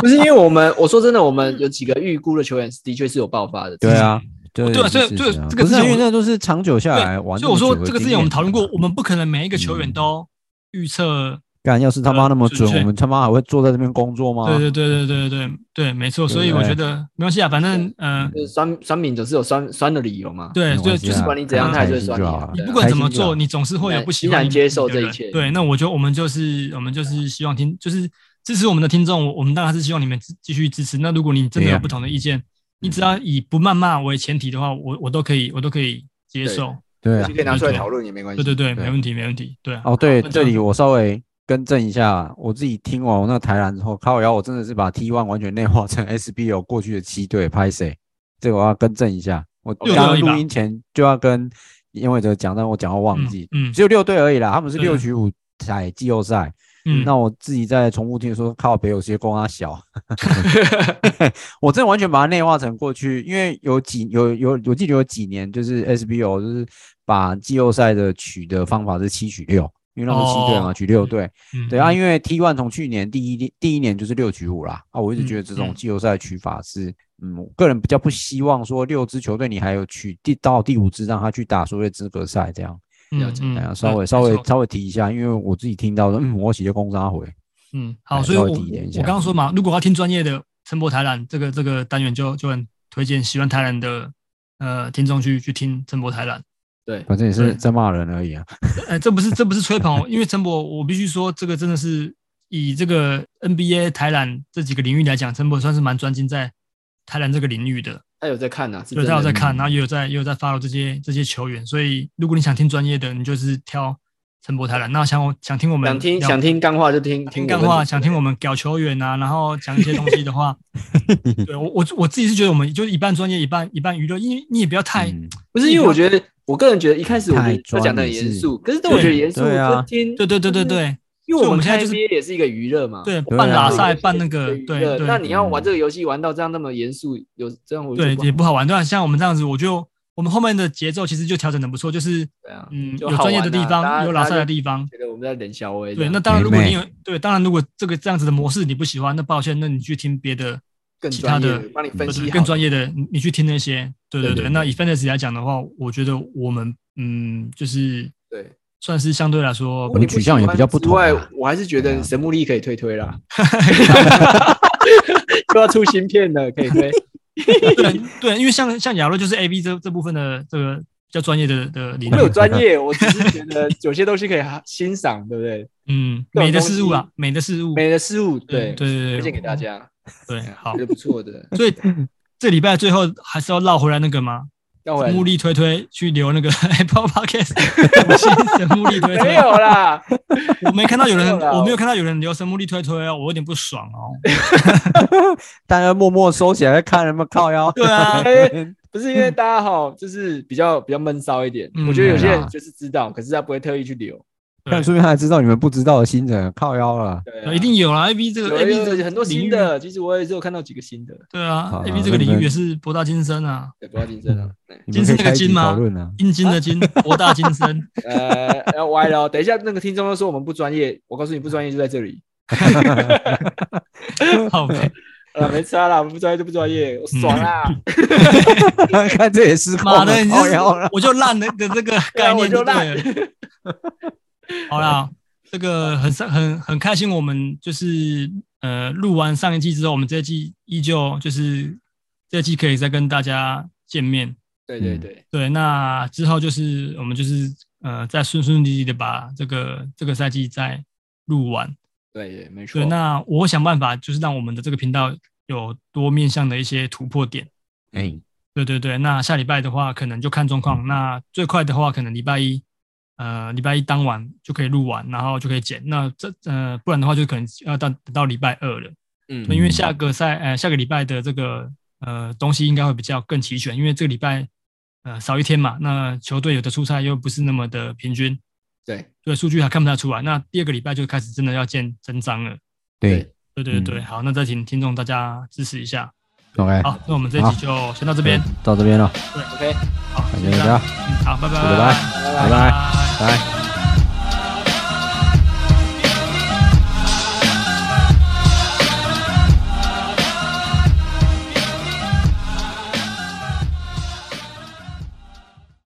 不是因为我们，我说真的，我们有几个预估的球员的确是有爆发的。对啊，对对啊所以是这个是啊这个不是啊之前因我为那都是长久下来玩所那以我么久的说经验，这个之前我们讨论过，我们不可能每一个球员嗯都预测干，要是他妈那么准准，确我们他妈还会坐在这边工作吗？对对对对对对对，没错。所以我觉得没关系啊，反正嗯，就是酸酸敏总是有酸酸的理由嘛。对对，没关系就啊是不管你怎样嗯他还是会酸开心就你啊好了你对啊不管怎么开心就好做，你总是会有不喜欣欢然你接受的人这一切对，那我觉得我们就是我们就是希望听，就是支持我们的听众，我我们当然是希望你们继继续支持。那如果你真的对有呀不同的意见，你嗯只要以不谩骂为前提的话，我我都可以，我都可以接对受。对啊就可以拿出来讨论也没关系。对对对，对没问题没问题。对啊，哦，对，那这里我稍微更正一下，我自己听完我那个台篮之后，靠腰我真的是把 T One 完全内化成 SBL 过去的七队，拍谁？这个我要更正一下，我六刚队而刚已吧录音前就要跟因为哲讲，但我讲到忘嗯记，嗯只有六队而已啦，他们是对六取五彩季后赛。嗯，那我自己在重复听说，靠北有些光他小， 我真的完全把它内化成过去，因为有几有有我记得有几年就是 SBO 就是把季后赛的取的方法是七取六，因为那时候七队嘛，哦取六队，嗯对啊，嗯因为 T one 从去年第一第一年就是六取五啦，啊，我一直嗯觉得这种嗯季后赛取法是，嗯，我个人比较不希望说六支球队你还有取第到第五支让他去打所谓的资格赛这样，了解嗯哎呀，嗯稍微嗯稍没微错稍微提一下，因为我自己听到的，嗯，我洗的攻杀回。嗯，好，哎所以稍我微我提点一下我刚刚说嘛，如果要听专业的陈博台篮这个这个单元就，就很推荐喜欢台篮的呃听众去去听陈博台篮。对，反正也对是在骂人而已啊。呃，这不是这不是吹捧，哦因为陈博，我必须说，这个真的是以这个 NBA 台篮这几个领域来讲，陈博算是蛮专精在台篮这个领域的，他有在看啊呐，是对，他有在看，嗯然后也有在也有在 follow 这些这些球员，所以如果你想听专业的，你就是挑陈博台篮。那想我想听我们想听聊想听干话就听听听干我们话，想听我们屌球员啊，然后讲一些东西的 话，对我我我自己是觉得我们就是一半专业，一半一半娱乐，因为你也不要太、嗯不是因为我觉得，我个人觉得一开始我觉得他讲的很严肃，可是但我觉得严肃对啊就听，对对对对，对因为所以我们我们现在就看是 NBA 也是一个娱乐嘛，对，对啊半拉对赛也是半那个一对娱乐对那你要玩这个游戏玩到这样那么严肃，有这样我就对不也不好玩，对吧、像我们这样子，我就我们后面的节奏其实就调整的不错，就是对啊，嗯就有好专业的玩地啊方，大家有拉大家赛的就地方。觉得我们在冷笑威这对，样，那当然，美如果美你有对，当然如果这个这样子的模式你不喜欢，那抱歉，那你去听别的更其他专业的的帮你不分是析更好，专业的，你你去听那些。对对对对，对那以 fantasy 来讲的话，我觉得我们嗯，就是对。算是相对来说如我果们你不哦取向也比较不同啊喜欢之外，我还是觉对得啊神木力可以推 推啦，又要出新片了，可以 推。对对，因为像像亚瑞就是 A B 这这部分的这个比较专业的的领没有域，专业，我只是觉得有些东西可以欣赏，对不对？嗯，各种美的东事物西啊，美的事物，美的事物，对对，嗯对对，嗯推荐给大，家，对，好觉，得不 错的。 所以这礼拜最后还是要绕回来那个嘛，要回来木力推推去留那个 Apple Podcast 五星神木力推没推，有 啦，我没看到有人，没有啦我没有看到有人留神木力推推啊，我有点不爽 哦。大家默默收起来看，有没有靠腰？对啊，哎不是因为大家哈，就是比较比较闷骚一点嗯。我觉得有些对啦人就是知道，可是他不会特意去留。看说明他还知道你们不知道的新人，靠腰了。对啊，对一定有啦，A B 这有个 A B 这个有有很多领新域，哎的，其实我也是有看到几个新的，对好啊啊，A B 这个那领域个也是博大精深啊，对，不要竞争了。对你们可以开集讨 论啊。阴茎的 茎，博大精深。呃，要歪了哦，等一下那个听众都说我们不专业，我告诉你不专业就在这里。 好呗，呃，没差啦，我们不专业就不专业，我爽 啦。看这也失控妈了的，，你靠这是腰了。我就烂的的这个概念就对啊对了。好啦，这个很上很很开心，我们就是呃录完上一季之后，我们这一季依旧就是这一季可以再跟大家见面。对对对，对，那之后就是我们就是呃再顺顺利利的把这个这个赛季再录完。对对，没错对，。那我想办法就是让我们的这个频道有多面向的一些突破点。哎，对对对，那下礼拜的话，可能就看状况。那最快的话，可能礼拜一，呃，礼拜一当晚就可以录完，然后就可以剪。那这呃，不然的话，就可能要到等到礼拜二了。嗯那因为下个赛呃下个礼拜的这个呃东西应该会比较更齐全，因为这个礼拜呃少一天嘛，那球队有的出赛又不是那么的平均，对对数据还看不太出来。那第二个礼拜就开始真的要见真章了。对对对对，嗯好，那再请听众大家支持一下。 ，OK，好，那我们这一集就先到这边，到这边了， ，OK，好，感谢谢谢大大家家，，嗯好，拜拜，拜拜拜拜拜拜，拜。